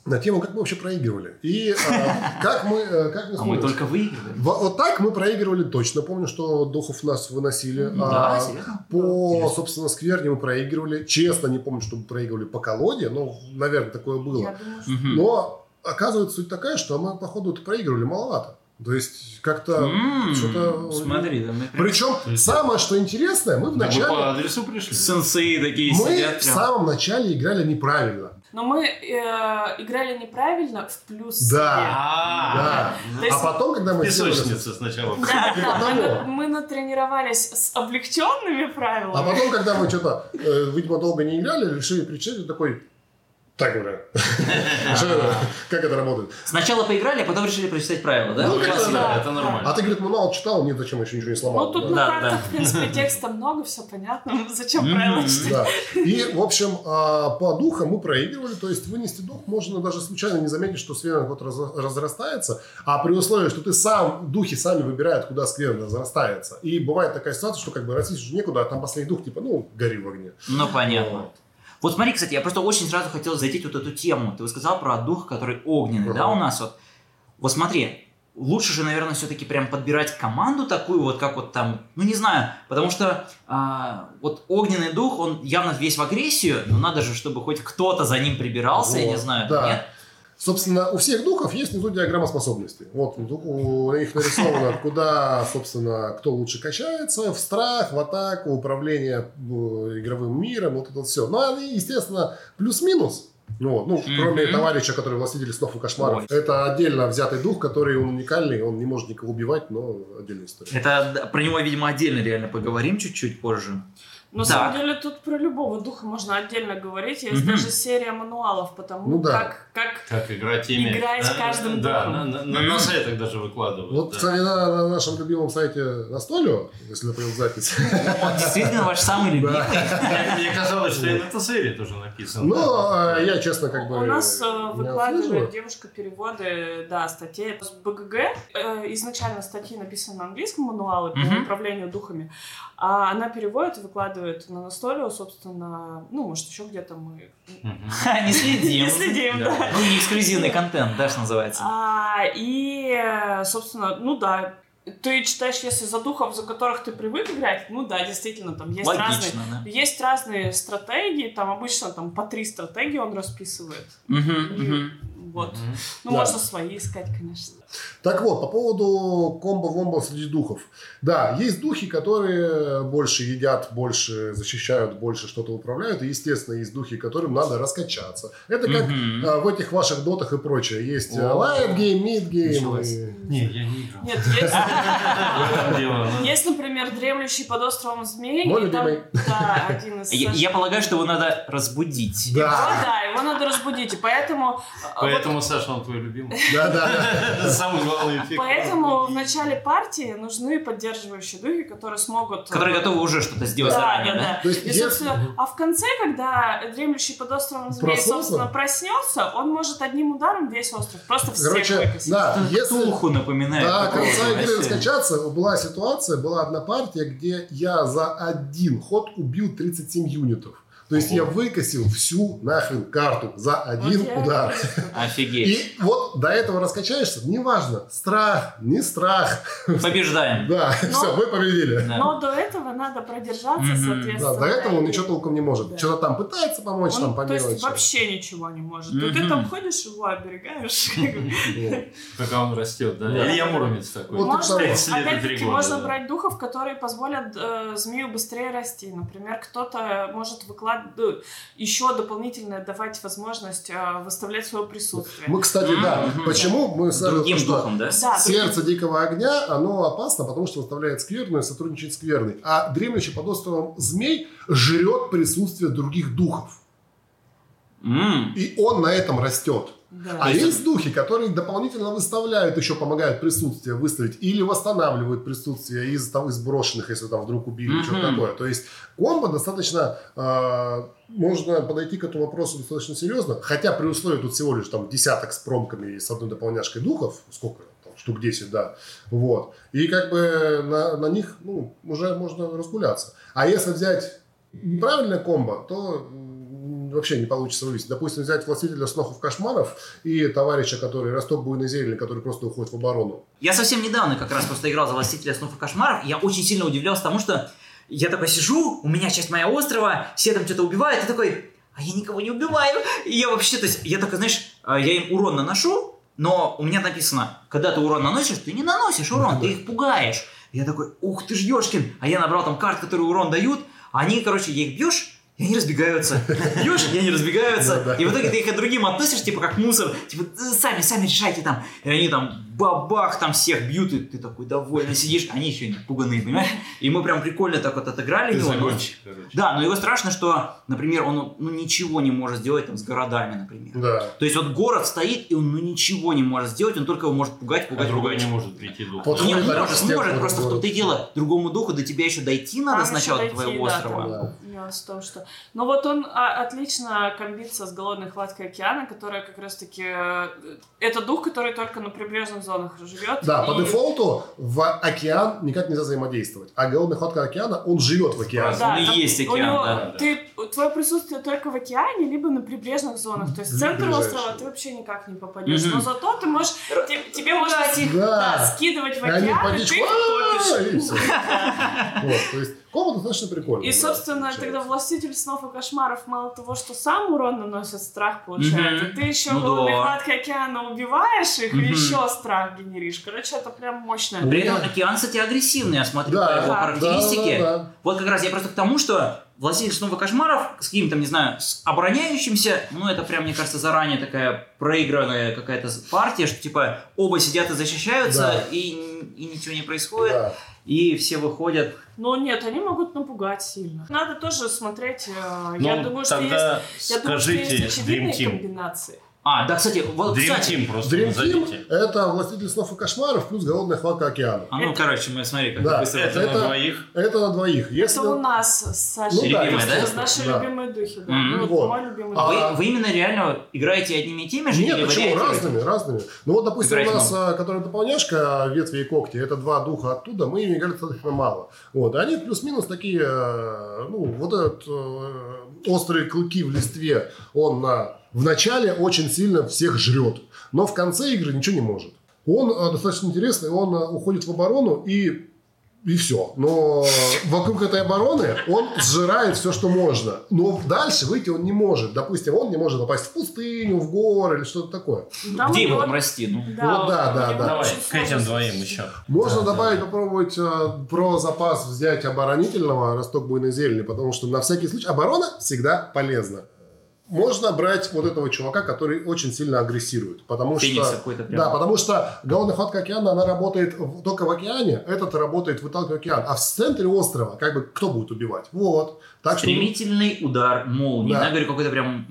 [SPEAKER 4] на тему, как мы вообще проигрывали. И а, как мы... э, Как
[SPEAKER 1] А мы
[SPEAKER 4] мы смотримся.
[SPEAKER 1] только выигрываем.
[SPEAKER 4] Во- Вот так мы проигрывали точно. Помню, что духов нас выносили.
[SPEAKER 1] Да,
[SPEAKER 4] А
[SPEAKER 1] серьезно?
[SPEAKER 4] по, собственно, скверне мы проигрывали. Честно, не помню, чтобы проигрывали по колоде, но, наверное, такое было.
[SPEAKER 2] Я думаю, что
[SPEAKER 4] ну,
[SPEAKER 1] Мгм.
[SPEAKER 4] Но оказывается, суть такая, что мы, походу, это проигрывали маловато. То есть как-то
[SPEAKER 1] М,
[SPEAKER 4] что-то...
[SPEAKER 1] Смотри, да мы прям-
[SPEAKER 4] Причем самое, что интересное, мы
[SPEAKER 3] Да вы
[SPEAKER 4] вначале...
[SPEAKER 3] по адресу пришли.
[SPEAKER 1] сенсеи такие
[SPEAKER 4] Мы
[SPEAKER 1] сидят.
[SPEAKER 4] в
[SPEAKER 1] прям.
[SPEAKER 4] самом начале играли неправильно.
[SPEAKER 2] Но мы э, играли неправильно в плюс.
[SPEAKER 4] Да.
[SPEAKER 3] А,
[SPEAKER 2] То есть-
[SPEAKER 4] А потом, когда мы сделали-
[SPEAKER 3] Песочница сначала.
[SPEAKER 2] Да, да, мы,
[SPEAKER 4] Потому.
[SPEAKER 2] на- мы натренировались с облегченными правилами.
[SPEAKER 4] А потом, когда мы что-то, э, видимо, долго не играли, решили причинить, такой... Так, бля. Что это? Как это работает?
[SPEAKER 1] Сначала поиграли, а потом решили прочитать правила, да?
[SPEAKER 4] Ну,
[SPEAKER 3] Ну,
[SPEAKER 1] Классно.
[SPEAKER 3] это
[SPEAKER 4] да.
[SPEAKER 3] да, это
[SPEAKER 4] А
[SPEAKER 3] нормально.
[SPEAKER 4] ты, говорит, мануал читал, нет, зачем еще ничего не сломал.
[SPEAKER 2] Ну тут
[SPEAKER 4] Да.
[SPEAKER 2] на
[SPEAKER 1] Да,
[SPEAKER 2] картах,
[SPEAKER 1] да.
[SPEAKER 2] в принципе, текста много, все понятно. Зачем
[SPEAKER 1] Мгм.
[SPEAKER 2] правила читать?
[SPEAKER 4] Да. И, в общем, а, по духам мы проигрывали, то есть вынести дух можно даже случайно не заметить, что скверно вот раз- разрастается, а при условии, что ты сам, духи сами выбирают, куда скверно разрастается. И бывает такая ситуация, что как бы растить уже некуда, а там последний дух, типа, ну, гори в огне.
[SPEAKER 1] Ну, понятно.
[SPEAKER 4] Вот.
[SPEAKER 1] Вот смотри, кстати, я просто очень сразу хотел зайти вот эту тему. Ты вот сказал про дух, который огненный, да,
[SPEAKER 4] Ага.
[SPEAKER 1] у нас вот. Вот смотри, лучше же, наверное, все-таки прям подбирать команду такую, вот как вот там, ну не знаю, потому что а, вот огненный дух, он явно весь в агрессию, но надо же, чтобы хоть кто-то за ним прибирался, я не
[SPEAKER 4] Вот,
[SPEAKER 1] знаю,
[SPEAKER 4] да.
[SPEAKER 1] нет?
[SPEAKER 4] Собственно, у всех духов есть внизу диаграмма способностей. Вот у ду- у них нарисовано, куда, собственно, кто лучше качается, в страх, в атаку, управление э, игровым миром, вот это все. Но они, естественно, плюс-минус. Ну, вот, ну, кроме
[SPEAKER 1] Мгм.
[SPEAKER 4] товарища, который властитель снов и кошмаров.
[SPEAKER 1] Ой.
[SPEAKER 4] Это отдельно взятый дух, который он уникальный, он не может никого убивать, но отдельная история.
[SPEAKER 1] Это д- про него, видимо, отдельно реально поговорим чуть-чуть позже.
[SPEAKER 2] Но, На
[SPEAKER 1] Да.
[SPEAKER 2] самом деле тут про любого духа можно отдельно говорить. Есть
[SPEAKER 1] Мгм.
[SPEAKER 2] даже серия мануалов, потому
[SPEAKER 4] Ну да.
[SPEAKER 2] как, как
[SPEAKER 3] Как играть ими.
[SPEAKER 2] Играть
[SPEAKER 3] Да,
[SPEAKER 2] каждым
[SPEAKER 3] Да,
[SPEAKER 2] духом.
[SPEAKER 3] на- на- на на сайтах даже выкладывают.
[SPEAKER 4] Вот,
[SPEAKER 3] да.
[SPEAKER 4] кстати, на, на нашем любимом сайте Настолио, если например, запись.
[SPEAKER 1] Он действительно ваш самый любимый.
[SPEAKER 3] Мне- Мне казалось, что и на Тасере тоже написано.
[SPEAKER 4] Но э, я, честно, как бы...
[SPEAKER 2] у нас э,
[SPEAKER 4] не
[SPEAKER 2] выкладывает
[SPEAKER 4] отслеживаю.
[SPEAKER 2] девушка переводы, да, статей с БГГ. Э, Изначально статьи написаны на английском, мануалы по
[SPEAKER 1] Мгм.
[SPEAKER 2] управлению духами. А она переводит и выкладывает на настолио, собственно, ну, может, еще где-то мы
[SPEAKER 3] Мгм.
[SPEAKER 1] Ха, А, Не следим.
[SPEAKER 2] не следим, да.
[SPEAKER 1] Ну, не эксклюзивный контент, да, что называется.
[SPEAKER 2] А, и, э, собственно, ну да, ты читаешь, если за духов, за которых ты привык играть, ну да, действительно, там есть разные...
[SPEAKER 1] Логично, да.
[SPEAKER 2] Есть разные стратегии, там обычно там по три стратегии он расписывает.
[SPEAKER 1] Мгм, мгм.
[SPEAKER 2] Вот.
[SPEAKER 3] Мгм.
[SPEAKER 2] Ну,
[SPEAKER 4] Да.
[SPEAKER 2] можно свои искать, конечно.
[SPEAKER 4] Так вот, по поводу комбо-вомбо среди духов. Да, есть духи, которые больше едят, больше защищают, больше что-то управляют. И, естественно, есть духи, которым надо раскачаться. Это как
[SPEAKER 1] Мгм.
[SPEAKER 4] а, в этих ваших дотах и прочее. Есть э,
[SPEAKER 3] О.
[SPEAKER 4] light game, mid game.
[SPEAKER 3] Началось.
[SPEAKER 4] и-
[SPEAKER 3] Не, я не играл.
[SPEAKER 2] Нет, есть,
[SPEAKER 3] В этом дело. ну.
[SPEAKER 2] есть, например, дремлющий под островом змей.
[SPEAKER 4] Мой
[SPEAKER 2] и там-
[SPEAKER 4] любимый.
[SPEAKER 2] да, один из... Ну
[SPEAKER 1] Я, я полагаю, что его надо разбудить.
[SPEAKER 4] Да,
[SPEAKER 2] Да, да, его надо разбудить, и поэтому... э, вот
[SPEAKER 3] Поэтому, Саша, он твой любимый.
[SPEAKER 4] да, да.
[SPEAKER 3] Это самый главный эффект.
[SPEAKER 2] Поэтому в начале партии нужны поддерживающие духи, которые смогут... э,
[SPEAKER 1] Которые готовы уже что-то сделать
[SPEAKER 2] да,
[SPEAKER 1] заранее,
[SPEAKER 2] да,
[SPEAKER 1] да?
[SPEAKER 4] То есть
[SPEAKER 2] И,
[SPEAKER 4] если-
[SPEAKER 2] собственно, а в конце, когда дремлющий под островом змеи,
[SPEAKER 4] Проснулся?
[SPEAKER 2] собственно, проснется, он может одним ударом весь остров просто всех
[SPEAKER 4] Короче,
[SPEAKER 2] выкосить.
[SPEAKER 4] да, если...
[SPEAKER 1] Ктулху напоминает.
[SPEAKER 4] До
[SPEAKER 1] такого
[SPEAKER 4] конца
[SPEAKER 1] же,
[SPEAKER 4] игры
[SPEAKER 1] знаешь.
[SPEAKER 4] раскачаться была ситуация, была одна партия, где я за один ход убил 37 юнитов. То есть
[SPEAKER 3] Ого.
[SPEAKER 4] я выкосил всю нахрен карту за
[SPEAKER 2] Вот
[SPEAKER 4] один
[SPEAKER 2] я-
[SPEAKER 4] удар.
[SPEAKER 1] Офигеть.
[SPEAKER 4] И вот до этого раскачаешься, неважно, страх, не страх,
[SPEAKER 1] Побеждаем.
[SPEAKER 4] да,
[SPEAKER 2] Но-
[SPEAKER 4] все, вы победили.
[SPEAKER 1] Да.
[SPEAKER 2] Но до этого надо продержаться,
[SPEAKER 1] Мгм.
[SPEAKER 4] Да,
[SPEAKER 2] соответственно.
[SPEAKER 4] до этого он
[SPEAKER 2] и-
[SPEAKER 4] ничего толком не
[SPEAKER 2] Да.
[SPEAKER 4] может. Что-то там пытается помочь,
[SPEAKER 2] Он,
[SPEAKER 4] там по
[SPEAKER 2] то есть
[SPEAKER 4] мелочи.
[SPEAKER 2] вообще ничего не может. То
[SPEAKER 1] Мгм.
[SPEAKER 2] ты там ходишь, его оберегаешь. как бы.
[SPEAKER 4] Вот.
[SPEAKER 3] Пока он растет, да?
[SPEAKER 4] Да.
[SPEAKER 3] Илья Муромец такой.
[SPEAKER 4] Вот
[SPEAKER 2] Можно-
[SPEAKER 4] и
[SPEAKER 3] того. Лет и три
[SPEAKER 2] опять-таки
[SPEAKER 3] года,
[SPEAKER 2] можно
[SPEAKER 3] да.
[SPEAKER 2] брать духов, которые позволят э, змею быстрее расти. Например, кто-то может выклад... э, еще дополнительно давать возможность э, выставлять свое присутствие.
[SPEAKER 4] Мы, кстати, да,
[SPEAKER 1] Мгм.
[SPEAKER 4] почему мы сразу...
[SPEAKER 1] Другим
[SPEAKER 4] что
[SPEAKER 1] духом, да?
[SPEAKER 2] Да,
[SPEAKER 4] Сердце дикого огня, оно опасно, потому что выставляет скверную, сотрудничает с скверной. А дремлющий под островом змей жрет присутствие других духов.
[SPEAKER 1] М.
[SPEAKER 4] И он на этом растет.
[SPEAKER 2] Да.
[SPEAKER 4] А есть духи, которые дополнительно выставляют, еще помогают присутствие выставить или восстанавливают присутствие из там из брошенных, если там вдруг убили,
[SPEAKER 1] Мгм.
[SPEAKER 4] что-то такое. То есть комбо достаточно э, можно подойти к этому вопросу достаточно серьезно, хотя при условии тут всего лишь там десяток с промками и с одной дополняшкой духов, сколько там, штук 10, да, вот. И как бы на, на них ну, уже можно разгуляться. А если взять правильное комбо, то м, вообще не получится вывести. Допустим, взять властителя снохов кошмаров и товарища, который росток буйной зелени, который просто уходит в оборону.
[SPEAKER 1] Я совсем недавно как раз просто играл за Властителя снов и кошмаров, и я очень сильно удивлялся тому, что я такой сижу, у меня часть моя острова, все там что-то убивают, и такой, а я никого не убиваю. И я вообще, то есть, я только, знаешь, а, я им э, урон наношу, Но у меня написано, когда ты урон наносишь, ты не наносишь урон,
[SPEAKER 4] Ну,
[SPEAKER 1] ты
[SPEAKER 4] да.
[SPEAKER 1] их пугаешь. Я такой, ух ты ж, Ёшкин. А я набрал там карт, которые урон дают. а Они, короче, я их бьешь, и они разбегаются. Бьешь, и они
[SPEAKER 4] Да, да.
[SPEAKER 1] разбегаются. И в итоге ты их к другим относишь, типа, как мусор. Типа, «Да сами, сами решайте там. И они там бабах, там всех бьют, и ты такой довольный сидишь. Они еще не пуганые, понимаешь? И мы прям прикольно так вот отыграли.
[SPEAKER 3] Ты
[SPEAKER 1] его.
[SPEAKER 3] загонщик, короче.
[SPEAKER 1] Да, но его страшно, что, например, он ну, ничего не может сделать там с городами, например.
[SPEAKER 4] Да.
[SPEAKER 1] То есть вот город стоит, и он ну, ничего не может сделать, он только его может пугать,
[SPEAKER 3] А
[SPEAKER 1] пугать,
[SPEAKER 3] другой
[SPEAKER 1] пугать.
[SPEAKER 3] не может прийти дух.
[SPEAKER 4] Вот.
[SPEAKER 1] Не,
[SPEAKER 2] ну,
[SPEAKER 4] Подходит,
[SPEAKER 1] может,
[SPEAKER 4] орёшь, стенку
[SPEAKER 1] может,
[SPEAKER 4] в
[SPEAKER 1] просто в
[SPEAKER 4] город.
[SPEAKER 1] том-то и дело. Другому духу до тебя еще дойти надо
[SPEAKER 2] Там еще
[SPEAKER 1] сначала
[SPEAKER 2] дойти,
[SPEAKER 1] до твоего
[SPEAKER 2] да,
[SPEAKER 1] острова.
[SPEAKER 2] там.
[SPEAKER 4] Да.
[SPEAKER 2] Нюанс в том, что... Но вот он а, отлично комбится с голодной хваткой океана, которая как раз-таки... э, Это дух, который только на прибрежных зонах живет.
[SPEAKER 4] Да, по
[SPEAKER 2] и-
[SPEAKER 4] дефолту в океан никак нельзя взаимодействовать. А голодная хватка океана, он живет в океане.
[SPEAKER 2] Да,
[SPEAKER 1] Он и
[SPEAKER 2] там
[SPEAKER 1] есть
[SPEAKER 2] у
[SPEAKER 1] океан,
[SPEAKER 2] него-
[SPEAKER 1] да.
[SPEAKER 2] Ты, твое присутствие только в океане, либо на прибрежных зонах. То есть в центр
[SPEAKER 4] Ближайший.
[SPEAKER 2] острова ты вообще никак не попадешь.
[SPEAKER 1] Мгм.
[SPEAKER 2] Но зато ты можешь... те- тебе можно их
[SPEAKER 4] Да.
[SPEAKER 2] да, скидывать в
[SPEAKER 4] И они в
[SPEAKER 2] океан, и
[SPEAKER 4] водичку,
[SPEAKER 2] ты их
[SPEAKER 4] «А-а-а!»
[SPEAKER 2] топишь.
[SPEAKER 4] и всё. Вот, то есть комната достаточно прикольная.
[SPEAKER 2] И,
[SPEAKER 4] да,
[SPEAKER 2] собственно,
[SPEAKER 4] получается.
[SPEAKER 2] тогда властитель снов и кошмаров мало того, что сам урон наносит, страх получает,
[SPEAKER 1] Мгм.
[SPEAKER 2] и ты еще
[SPEAKER 1] Ну
[SPEAKER 2] голодной
[SPEAKER 1] да.
[SPEAKER 2] хваткой океана убиваешь их,
[SPEAKER 1] Мгм.
[SPEAKER 2] и еще страх генеришь. Короче, это прям мощно.
[SPEAKER 1] При этом
[SPEAKER 4] Да.
[SPEAKER 1] океан, кстати, агрессивный, я смотрю
[SPEAKER 4] Да,
[SPEAKER 1] по его
[SPEAKER 2] да,
[SPEAKER 1] характеристике.
[SPEAKER 4] да, да,
[SPEAKER 1] Вот как раз я просто к тому, что «Властитель снова кошмаров» с каким-то, не знаю, с обороняющимся, ну это прям, мне кажется, заранее такая проигранная какая-то партия, что типа оба сидят и защищаются,
[SPEAKER 4] Да.
[SPEAKER 1] и, н- и ничего не
[SPEAKER 4] да,
[SPEAKER 1] происходит,
[SPEAKER 4] да.
[SPEAKER 1] и все выходят.
[SPEAKER 2] Но нет, они могут напугать сильно. Надо тоже смотреть. э,
[SPEAKER 3] Ну,
[SPEAKER 2] Я думаю, что есть...
[SPEAKER 3] тогда
[SPEAKER 2] Я думаю, что
[SPEAKER 3] скажите
[SPEAKER 2] есть
[SPEAKER 3] Dream
[SPEAKER 2] очевидные
[SPEAKER 3] Team.
[SPEAKER 2] комбинации.
[SPEAKER 1] А, да, кстати, вот,
[SPEAKER 3] Dream
[SPEAKER 1] кстати,
[SPEAKER 3] Team просто
[SPEAKER 4] Dream Team
[SPEAKER 3] назовите.
[SPEAKER 4] — это «Властитель снов и кошмаров» плюс «Голодная хватка океана».
[SPEAKER 1] А ну,
[SPEAKER 2] Это-
[SPEAKER 1] короче, мы смотри, как
[SPEAKER 4] Да,
[SPEAKER 1] быстро.
[SPEAKER 3] Это,
[SPEAKER 4] Это-
[SPEAKER 3] на двоих.
[SPEAKER 4] Это на двоих. Если...
[SPEAKER 2] Это у нас с Сашей.
[SPEAKER 1] Ну да, Любимые, да?
[SPEAKER 2] Это наши
[SPEAKER 4] Да.
[SPEAKER 2] любимые духи, да.
[SPEAKER 1] Мгм.
[SPEAKER 2] Ну, вот
[SPEAKER 4] Вот.
[SPEAKER 2] мой любимый
[SPEAKER 4] А,
[SPEAKER 2] дух.
[SPEAKER 1] Вы, вы именно реально играете одними и теми же?
[SPEAKER 4] Нет,
[SPEAKER 1] или
[SPEAKER 4] почему?
[SPEAKER 1] вариативно?
[SPEAKER 4] Разными, разными. Ну вот, допустим,
[SPEAKER 1] Играть
[SPEAKER 4] у нас, а, которая дополняшка, ветви и когти, это два духа оттуда, мы ими играли достаточно мало. Вот, они плюс-минус такие, э, ну, вот этот э, острые клыки в листве, он на, в начале очень сильно всех жрет, но в конце игры ничего не может. Он э, достаточно интересный, он э, уходит в оборону и и все. Но вокруг этой обороны он сжирает все, что можно. Но дальше выйти он не может. Допустим, он не может попасть в пустыню, в горы или что-то такое.
[SPEAKER 2] Там
[SPEAKER 1] Где
[SPEAKER 2] у
[SPEAKER 1] ему
[SPEAKER 2] него-
[SPEAKER 1] там расти? Ну,
[SPEAKER 2] Да,
[SPEAKER 4] Вот да,
[SPEAKER 2] у
[SPEAKER 4] да,
[SPEAKER 2] него
[SPEAKER 4] да.
[SPEAKER 3] Давай,
[SPEAKER 2] очень
[SPEAKER 3] к этим
[SPEAKER 2] сложно.
[SPEAKER 3] двоим еще.
[SPEAKER 4] Можно
[SPEAKER 3] Да,
[SPEAKER 4] добавить, попробовать э, про запас взять оборонительного росток буйной зелени, потому что на всякий случай оборона всегда полезна. Можно брать вот этого чувака, который очень сильно агрессирует, потому
[SPEAKER 1] Феникс
[SPEAKER 4] что...
[SPEAKER 1] какой-то прям.
[SPEAKER 4] Да, потому что голодная хватка океана, она работает в- только в океане, этот работает выталкивая океан, а в центре острова как бы кто будет убивать? Вот. Так что...
[SPEAKER 1] Стремительный удар молнии.
[SPEAKER 4] Да.
[SPEAKER 1] Я говорю, какой-то прям,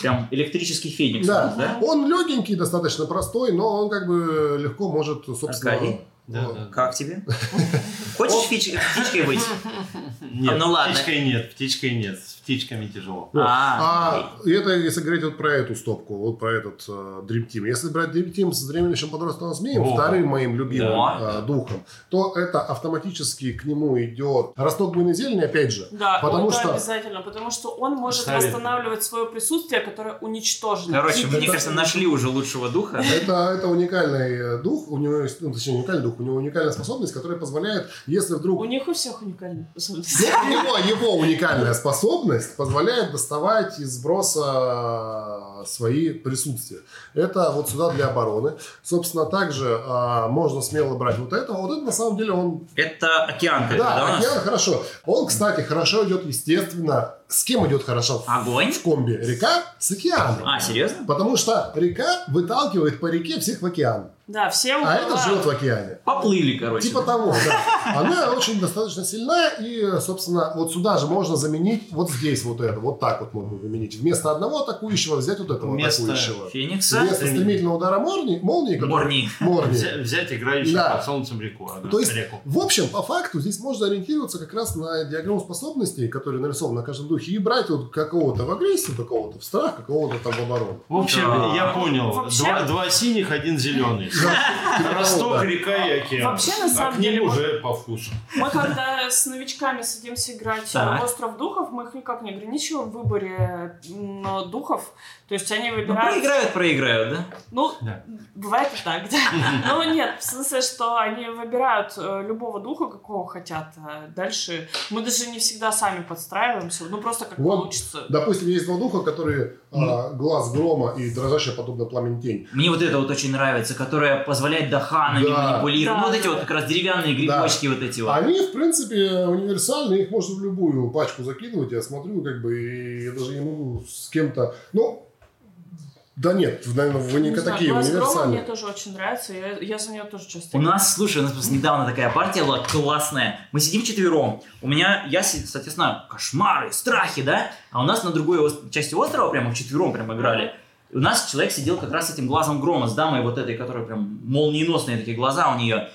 [SPEAKER 1] прям электрический феникс. у
[SPEAKER 4] Да.
[SPEAKER 1] нас, да?
[SPEAKER 4] Он легенький, достаточно простой, но он как бы легко может, собственно...
[SPEAKER 1] Аркадий?
[SPEAKER 4] вот.
[SPEAKER 1] Как тебе? Хочешь фич- птичкой быть?
[SPEAKER 3] Нет,
[SPEAKER 1] А, ну ладно.
[SPEAKER 3] птичкой нет, птичкой нет. С птичками тяжело.
[SPEAKER 1] А,
[SPEAKER 4] А и это если говорить вот про эту стопку, вот про этот э, Dream Team. Если брать Dream Team с дремлющим подростковым змеем,
[SPEAKER 3] О.
[SPEAKER 4] вторым моим любимым
[SPEAKER 1] Да.
[SPEAKER 4] э, духом, то это автоматически к нему идет росток буйной зелени, опять же.
[SPEAKER 2] Да,
[SPEAKER 4] Потому
[SPEAKER 2] это
[SPEAKER 4] что-
[SPEAKER 2] обязательно, потому что он может
[SPEAKER 3] Ставит.
[SPEAKER 2] восстанавливать свое присутствие, которое уничтожено.
[SPEAKER 1] короче, мне
[SPEAKER 4] это-
[SPEAKER 1] кажется, нашли уже лучшего духа.
[SPEAKER 4] Это, это уникальный э, дух, у него есть, ну, точнее, уникальный дух, у него уникальная способность, которая позволяет, если вдруг...
[SPEAKER 2] У них у всех уникальные
[SPEAKER 4] Ну,
[SPEAKER 2] способности.
[SPEAKER 4] у него, его уникальная способность позволяет доставать из сброса э, свои присутствия. Это вот сюда для обороны. Собственно, также э, можно смело брать вот этого. Вот это на самом деле он...
[SPEAKER 1] Это океан,
[SPEAKER 4] Да,
[SPEAKER 1] какой-то, да, у нас?
[SPEAKER 4] океан хорошо. Он, кстати, хорошо идет, естественно. С кем идет хорошо?
[SPEAKER 1] Огонь?
[SPEAKER 4] В комби. Река с океаном.
[SPEAKER 1] А, серьезно?
[SPEAKER 4] Потому что река выталкивает по реке всех в океан.
[SPEAKER 2] Да, все
[SPEAKER 4] А это живет в океане.
[SPEAKER 1] Поплыли, короче.
[SPEAKER 4] Типа того, да. Она очень достаточно сильна, и, собственно, вот сюда же можно заменить вот здесь вот это, вот так вот можно заменить. Вместо одного атакующего взять вот этого
[SPEAKER 3] Вместо
[SPEAKER 4] атакующего.
[SPEAKER 1] Феникса?
[SPEAKER 4] Вместо стремительного удара молнии, молнии, который...
[SPEAKER 1] Морни.
[SPEAKER 4] Морни.
[SPEAKER 3] А, Взя- Взять играющую
[SPEAKER 4] Да.
[SPEAKER 3] под солнцем реку. а, да,
[SPEAKER 4] То есть,
[SPEAKER 3] реку.
[SPEAKER 4] в общем, по факту, здесь можно ориентироваться как раз на диаграмму способностей, которая нарисована на каждом духе, и брать вот какого-то в агрессию, какого-то в страх, какого-то там в оборону.
[SPEAKER 3] В общем,
[SPEAKER 1] Да.
[SPEAKER 3] я понял.
[SPEAKER 2] Вообще-
[SPEAKER 3] Два, два синих, один зеленый.
[SPEAKER 4] Да.
[SPEAKER 3] Росток,
[SPEAKER 4] Да.
[SPEAKER 3] река и океан.
[SPEAKER 2] Вообще, на
[SPEAKER 3] а
[SPEAKER 2] самом
[SPEAKER 3] к ним
[SPEAKER 2] деле,
[SPEAKER 3] уже по вкусу.
[SPEAKER 2] Мы когда с новичками садимся играть
[SPEAKER 1] Так.
[SPEAKER 2] в остров духов, мы их никак не ограничиваем в выборе м, духов. То есть они
[SPEAKER 1] Ну,
[SPEAKER 2] выбирают...
[SPEAKER 1] проиграют, проиграют, да?
[SPEAKER 2] Ну,
[SPEAKER 3] Да.
[SPEAKER 2] бывает и так, да. Ну, нет, в смысле, что они выбирают э, любого духа, какого хотят. а Дальше мы даже не всегда сами подстраиваемся. Ну, просто как
[SPEAKER 4] Вот.
[SPEAKER 2] получится.
[SPEAKER 4] Допустим, есть два духа, которые
[SPEAKER 3] Ну.
[SPEAKER 4] а, глаз грома и дрожащая подобно пламен тень.
[SPEAKER 1] Мне вот это вот очень нравится, которая позволяет Даханами
[SPEAKER 4] Да.
[SPEAKER 1] манипулировать.
[SPEAKER 2] Да,
[SPEAKER 1] Ну, вот
[SPEAKER 2] да,
[SPEAKER 1] эти вот
[SPEAKER 2] да.
[SPEAKER 1] как раз деревянные грибочки вот эти вот.
[SPEAKER 4] Они, в принципе, универсальны, их можно в любую пачку закидывать. Я смотрю, как бы, и я даже не могу с кем-то... Ну, да нет, наверное, вы не,
[SPEAKER 2] Не знаю,
[SPEAKER 4] такие
[SPEAKER 2] «Глаз грома» мне
[SPEAKER 4] универсальные.
[SPEAKER 2] тоже очень нравится, я, я за нее тоже часто.
[SPEAKER 1] У нас, слушай, у нас просто недавно такая партия была классная. Мы сидим четвером. У меня, я, си- соответственно, кошмары, страхи, да? А у нас на другой ос- части острова прямо четвером прям играли. И у нас человек сидел как раз с этим глазом грома, с дамой вот этой, которая прям молниеносные такие глаза у нее.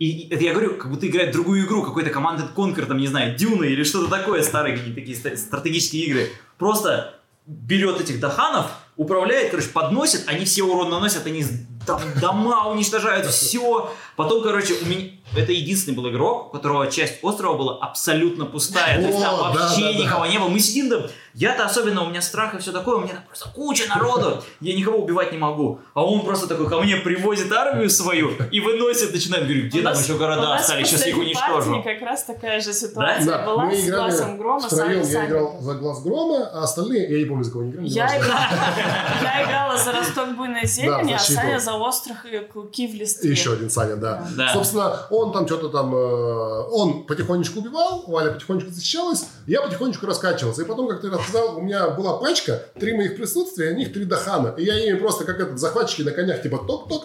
[SPEAKER 1] И и это я говорю, как будто играет другую игру, какой-то Command Конкер, там, не знаю, Дюны или что-то такое, старые какие-то такие ста- стратегические игры. Просто берет этих даханов, управляет, короче, подносит, они все урон наносят, они с- там дома уничтожают, все. Потом, короче, у меня... Это единственный был игрок, у которого часть острова была абсолютно пустая. То есть там
[SPEAKER 4] О, да, да,
[SPEAKER 1] вообще
[SPEAKER 4] да.
[SPEAKER 1] никого не было. Мы сидим там, я-то особенно, у меня страх и все такое, у меня там просто куча народу, я никого убивать не могу. А он просто такой ко мне привозит армию свою и выносит, начинает, говорю, где
[SPEAKER 2] У
[SPEAKER 1] там
[SPEAKER 2] нас-
[SPEAKER 1] еще
[SPEAKER 2] у
[SPEAKER 1] города
[SPEAKER 2] нас
[SPEAKER 1] остались,
[SPEAKER 2] в
[SPEAKER 1] сейчас я их
[SPEAKER 2] последней
[SPEAKER 1] уничтожу.
[SPEAKER 2] партии как раз такая же ситуация
[SPEAKER 4] Да,
[SPEAKER 2] была
[SPEAKER 4] мы
[SPEAKER 2] с
[SPEAKER 4] играли
[SPEAKER 2] глазом грома.
[SPEAKER 4] Втроем
[SPEAKER 2] сами-
[SPEAKER 4] я
[SPEAKER 2] сами
[SPEAKER 4] играл за глаз грома, а остальные, я не помню, за кого они играли.
[SPEAKER 2] Я
[SPEAKER 4] неважно.
[SPEAKER 2] играла, я играла за росток буйной зелени, а
[SPEAKER 4] защиту.
[SPEAKER 2] Саня за острых и клыки в листве.
[SPEAKER 4] Еще один Саня, да.
[SPEAKER 1] Да.
[SPEAKER 4] Собственно, он там что-то там... э, он потихонечку убивал, Валя потихонечку защищалась, я потихонечку раскачивался. И потом, как ты рассказал, у меня была пачка, три моих присутствия, у них три Дахана. И я ими просто как этот, захватчики на конях, типа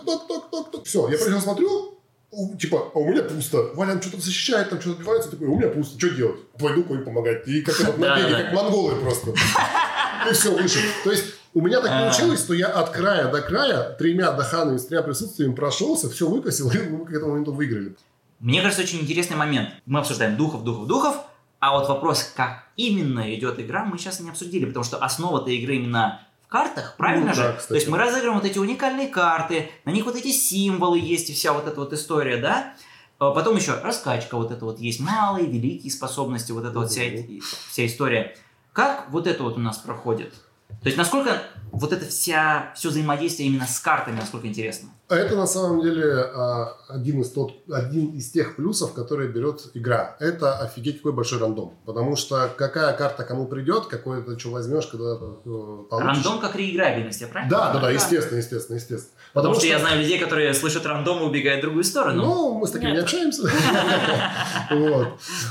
[SPEAKER 4] ток-ток-ток-ток-ток-ток. Все, я пришел смотрю, у- типа, а у меня пусто. Валя он что-то защищает, там что-то отбивается. Такой, у меня пусто, что делать? Пойду кое помогать. И как этот
[SPEAKER 1] Да,
[SPEAKER 4] набеги,
[SPEAKER 1] да.
[SPEAKER 4] как монголы просто. И все, вышел. Ну, То есть у меня так
[SPEAKER 1] А.
[SPEAKER 4] получилось, что я от края до края тремя даханами с тремя присутствиями прошелся, все выкосил, и мы к этому моменту выиграли.
[SPEAKER 1] Мне кажется, очень интересный момент. Мы обсуждаем духов, духов, духов, а вот вопрос, как именно идет игра, мы сейчас не обсудили, потому что основа-то игры именно в картах, правильно
[SPEAKER 4] Ну
[SPEAKER 1] же?
[SPEAKER 4] да, кстати.
[SPEAKER 1] То есть мы разыгрываем вот эти уникальные карты, на них вот эти символы есть и вся вот эта вот история, да? А Потом еще раскачка вот это вот есть, малые, великие способности, вот эта вот вся, эти- вся история. Как вот это вот у нас проходит? То есть насколько вот это вся, все взаимодействие именно с картами, насколько интересно?
[SPEAKER 4] А это на самом деле а, один из, тот, один из тех плюсов, которые берет игра. Это офигеть какой большой рандом. Потому что какая карта кому придет, какое ты что возьмешь, когда э, получишь.
[SPEAKER 1] Рандом как реиграбельность, я правильно?
[SPEAKER 4] Да, да, да,
[SPEAKER 2] Да.
[SPEAKER 4] естественно, естественно, естественно.
[SPEAKER 1] Потому, что, я знаю людей, которые слышат рандом и убегают в другую сторону.
[SPEAKER 4] Ну, мы с такими не
[SPEAKER 2] Нет.
[SPEAKER 4] общаемся. Вот.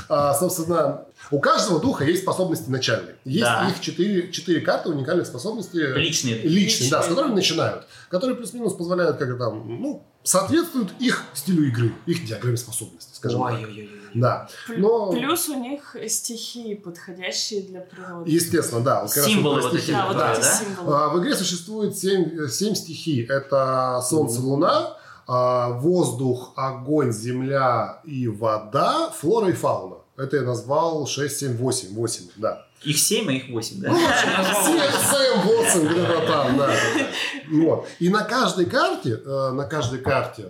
[SPEAKER 4] А, Собственно, у каждого духа есть способности начальные. Есть
[SPEAKER 1] Да.
[SPEAKER 4] их четыре четыре карты уникальных способностей.
[SPEAKER 1] личные.
[SPEAKER 4] Личные, да, с
[SPEAKER 2] Личные.
[SPEAKER 4] которыми начинают. Которые плюс-минус позволяют, как там, ну, соответствуют их стилю игры, их диаграмме способностей, скажем так.
[SPEAKER 1] Ой-ой-ой.
[SPEAKER 4] Да,
[SPEAKER 2] Плю-
[SPEAKER 4] но-
[SPEAKER 2] Плюс у них стихии, подходящие для природы.
[SPEAKER 4] естественно, да. вот как раз
[SPEAKER 1] Символы
[SPEAKER 4] про
[SPEAKER 1] вот эти,
[SPEAKER 4] стихи.
[SPEAKER 2] Да, вот
[SPEAKER 1] Да,
[SPEAKER 2] эти
[SPEAKER 1] да.
[SPEAKER 2] символы.
[SPEAKER 4] А, В игре существует семь, э, семь стихий. Это солнце, луна, а, воздух, огонь, земля и вода, флора и фауна. Это я назвал 6, 7, 8. 8, да.
[SPEAKER 1] Их 7, а их 8, да?
[SPEAKER 4] Ну, в общем, Сэм Уотсон где-то там, да. Вот. И на каждой карте, э, на каждой карте,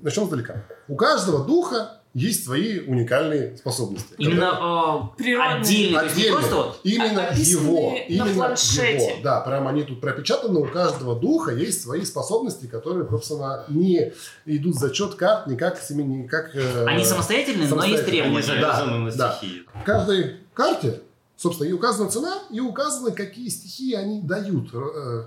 [SPEAKER 4] начнем сдалека. У каждого духа есть свои уникальные способности.
[SPEAKER 1] Именно э,
[SPEAKER 2] Природные.
[SPEAKER 1] отдельные. То есть не
[SPEAKER 4] Отдельно.
[SPEAKER 1] просто вот...
[SPEAKER 4] Именно
[SPEAKER 2] Описанные
[SPEAKER 4] его,
[SPEAKER 2] на
[SPEAKER 4] именно
[SPEAKER 2] планшете.
[SPEAKER 4] его. Да, прям они тут пропечатаны. У каждого духа есть свои способности, которые, собственно, не идут за счет карт, никак, семи- никак... э,
[SPEAKER 1] Они самостоятельные, но есть
[SPEAKER 4] самостоятельные.
[SPEAKER 3] Они
[SPEAKER 1] требования.
[SPEAKER 3] завязаны на
[SPEAKER 4] да.
[SPEAKER 3] стихии.
[SPEAKER 4] В каждой карте, собственно, и указана цена, и указаны, какие стихии они дают э,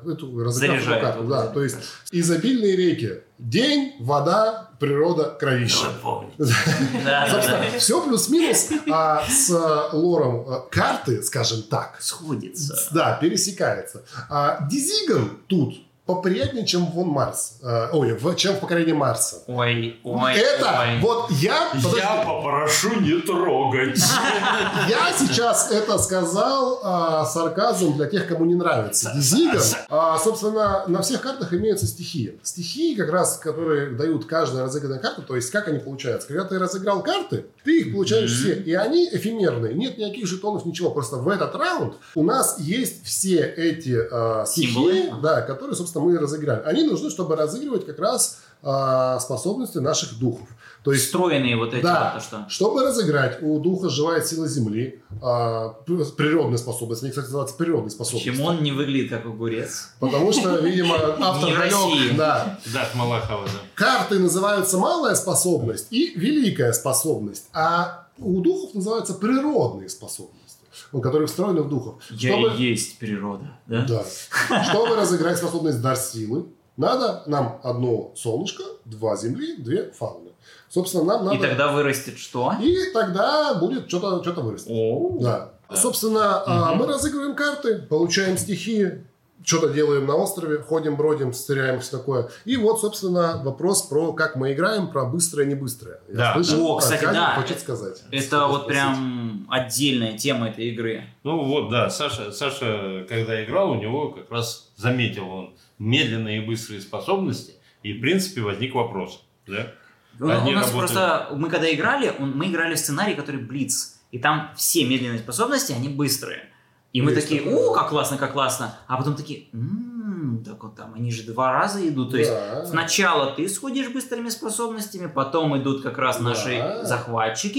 [SPEAKER 4] эту разыгравшую
[SPEAKER 1] Заряжают.
[SPEAKER 4] карту.
[SPEAKER 1] Вот
[SPEAKER 4] Да,
[SPEAKER 1] это.
[SPEAKER 4] то есть изобильные реки. День, вода, природа, кровища.
[SPEAKER 1] Чтобы помнить. Да, да, да.
[SPEAKER 4] Собственно, все плюс-минус а, с э, лором э, карты, скажем так,
[SPEAKER 1] Сходится.
[SPEAKER 4] Да, пересекается. А Дизиган тут поприятнее, чем вон Марс. А, ой, в- чем в покорении Марса.
[SPEAKER 1] Ой, ой,
[SPEAKER 4] это
[SPEAKER 1] ой.
[SPEAKER 4] вот я, подожди,
[SPEAKER 3] Я попрошу не трогать.
[SPEAKER 4] я сейчас это сказал а, сарказм для тех, кому не нравится. Дизиган, а, собственно, на всех картах имеются стихии. Стихии, как раз, которые дают каждая разыгранная карта, то есть как они получаются. Когда ты разыграл карты, ты их получаешь все, и они эфемерные. Нет никаких жетонов, ничего. Просто в этот раунд у нас есть все эти а, стихии,
[SPEAKER 1] Символы.
[SPEAKER 4] да, которые, собственно, собственно, мы и разыграли. Они нужны, чтобы разыгрывать как раз а, способности наших духов. То есть
[SPEAKER 1] Встроенные вот эти
[SPEAKER 4] Да.
[SPEAKER 1] вот, то что.
[SPEAKER 4] чтобы разыграть, у духа живая сила земли, а, п- природные способности. Они, кстати, называются природные способности.
[SPEAKER 1] Почему он не выглядит как огурец?
[SPEAKER 4] Потому что, видимо, автор
[SPEAKER 1] Не в
[SPEAKER 4] далек,
[SPEAKER 1] России.
[SPEAKER 4] да,
[SPEAKER 3] Дат Малахова, да.
[SPEAKER 4] Карты называются малая способность и великая способность, а у духов называются природные способности, у которых встроены в духов.
[SPEAKER 1] Я и есть природа, да?
[SPEAKER 4] Да. Чтобы разыграть способность дар силы, надо нам одно солнышко, два земли, две фауны. Собственно, нам надо...
[SPEAKER 1] И тогда вырастет что?
[SPEAKER 4] И тогда будет что-то что вырасти.
[SPEAKER 1] О,
[SPEAKER 4] Да.
[SPEAKER 3] Да.
[SPEAKER 4] Собственно, а,
[SPEAKER 3] Мгм.
[SPEAKER 4] мы разыгрываем карты, получаем стихи, что-то делаем на острове, ходим, бродим, стреляем, все такое. И вот, собственно, вопрос про как мы играем, про быстрое, не быстрое. Я
[SPEAKER 3] Да.
[SPEAKER 4] слышал,
[SPEAKER 1] О, кстати,
[SPEAKER 4] Аркадий
[SPEAKER 1] да.
[SPEAKER 4] хочет сказать.
[SPEAKER 1] Это вот
[SPEAKER 4] Спросить.
[SPEAKER 1] прям отдельная тема этой игры.
[SPEAKER 3] Ну вот, да, Саша, Саша, когда играл, у него как раз заметил он медленные и быстрые способности, и в принципе возник вопрос. Да?
[SPEAKER 1] У, у нас
[SPEAKER 3] Одни работают.
[SPEAKER 1] просто, мы когда играли, он- мы играли в сценарий, который Блиц. И там все медленные способности, они быстрые. И мы
[SPEAKER 4] Есть
[SPEAKER 1] такие,
[SPEAKER 4] такое.
[SPEAKER 1] о, как классно, как классно. А потом такие, «М, так вот там, они же два раза идут. ну, То есть
[SPEAKER 4] Да.
[SPEAKER 1] сначала ты сходишь быстрыми способностями, потом идут как раз наши
[SPEAKER 4] Да. захватчики,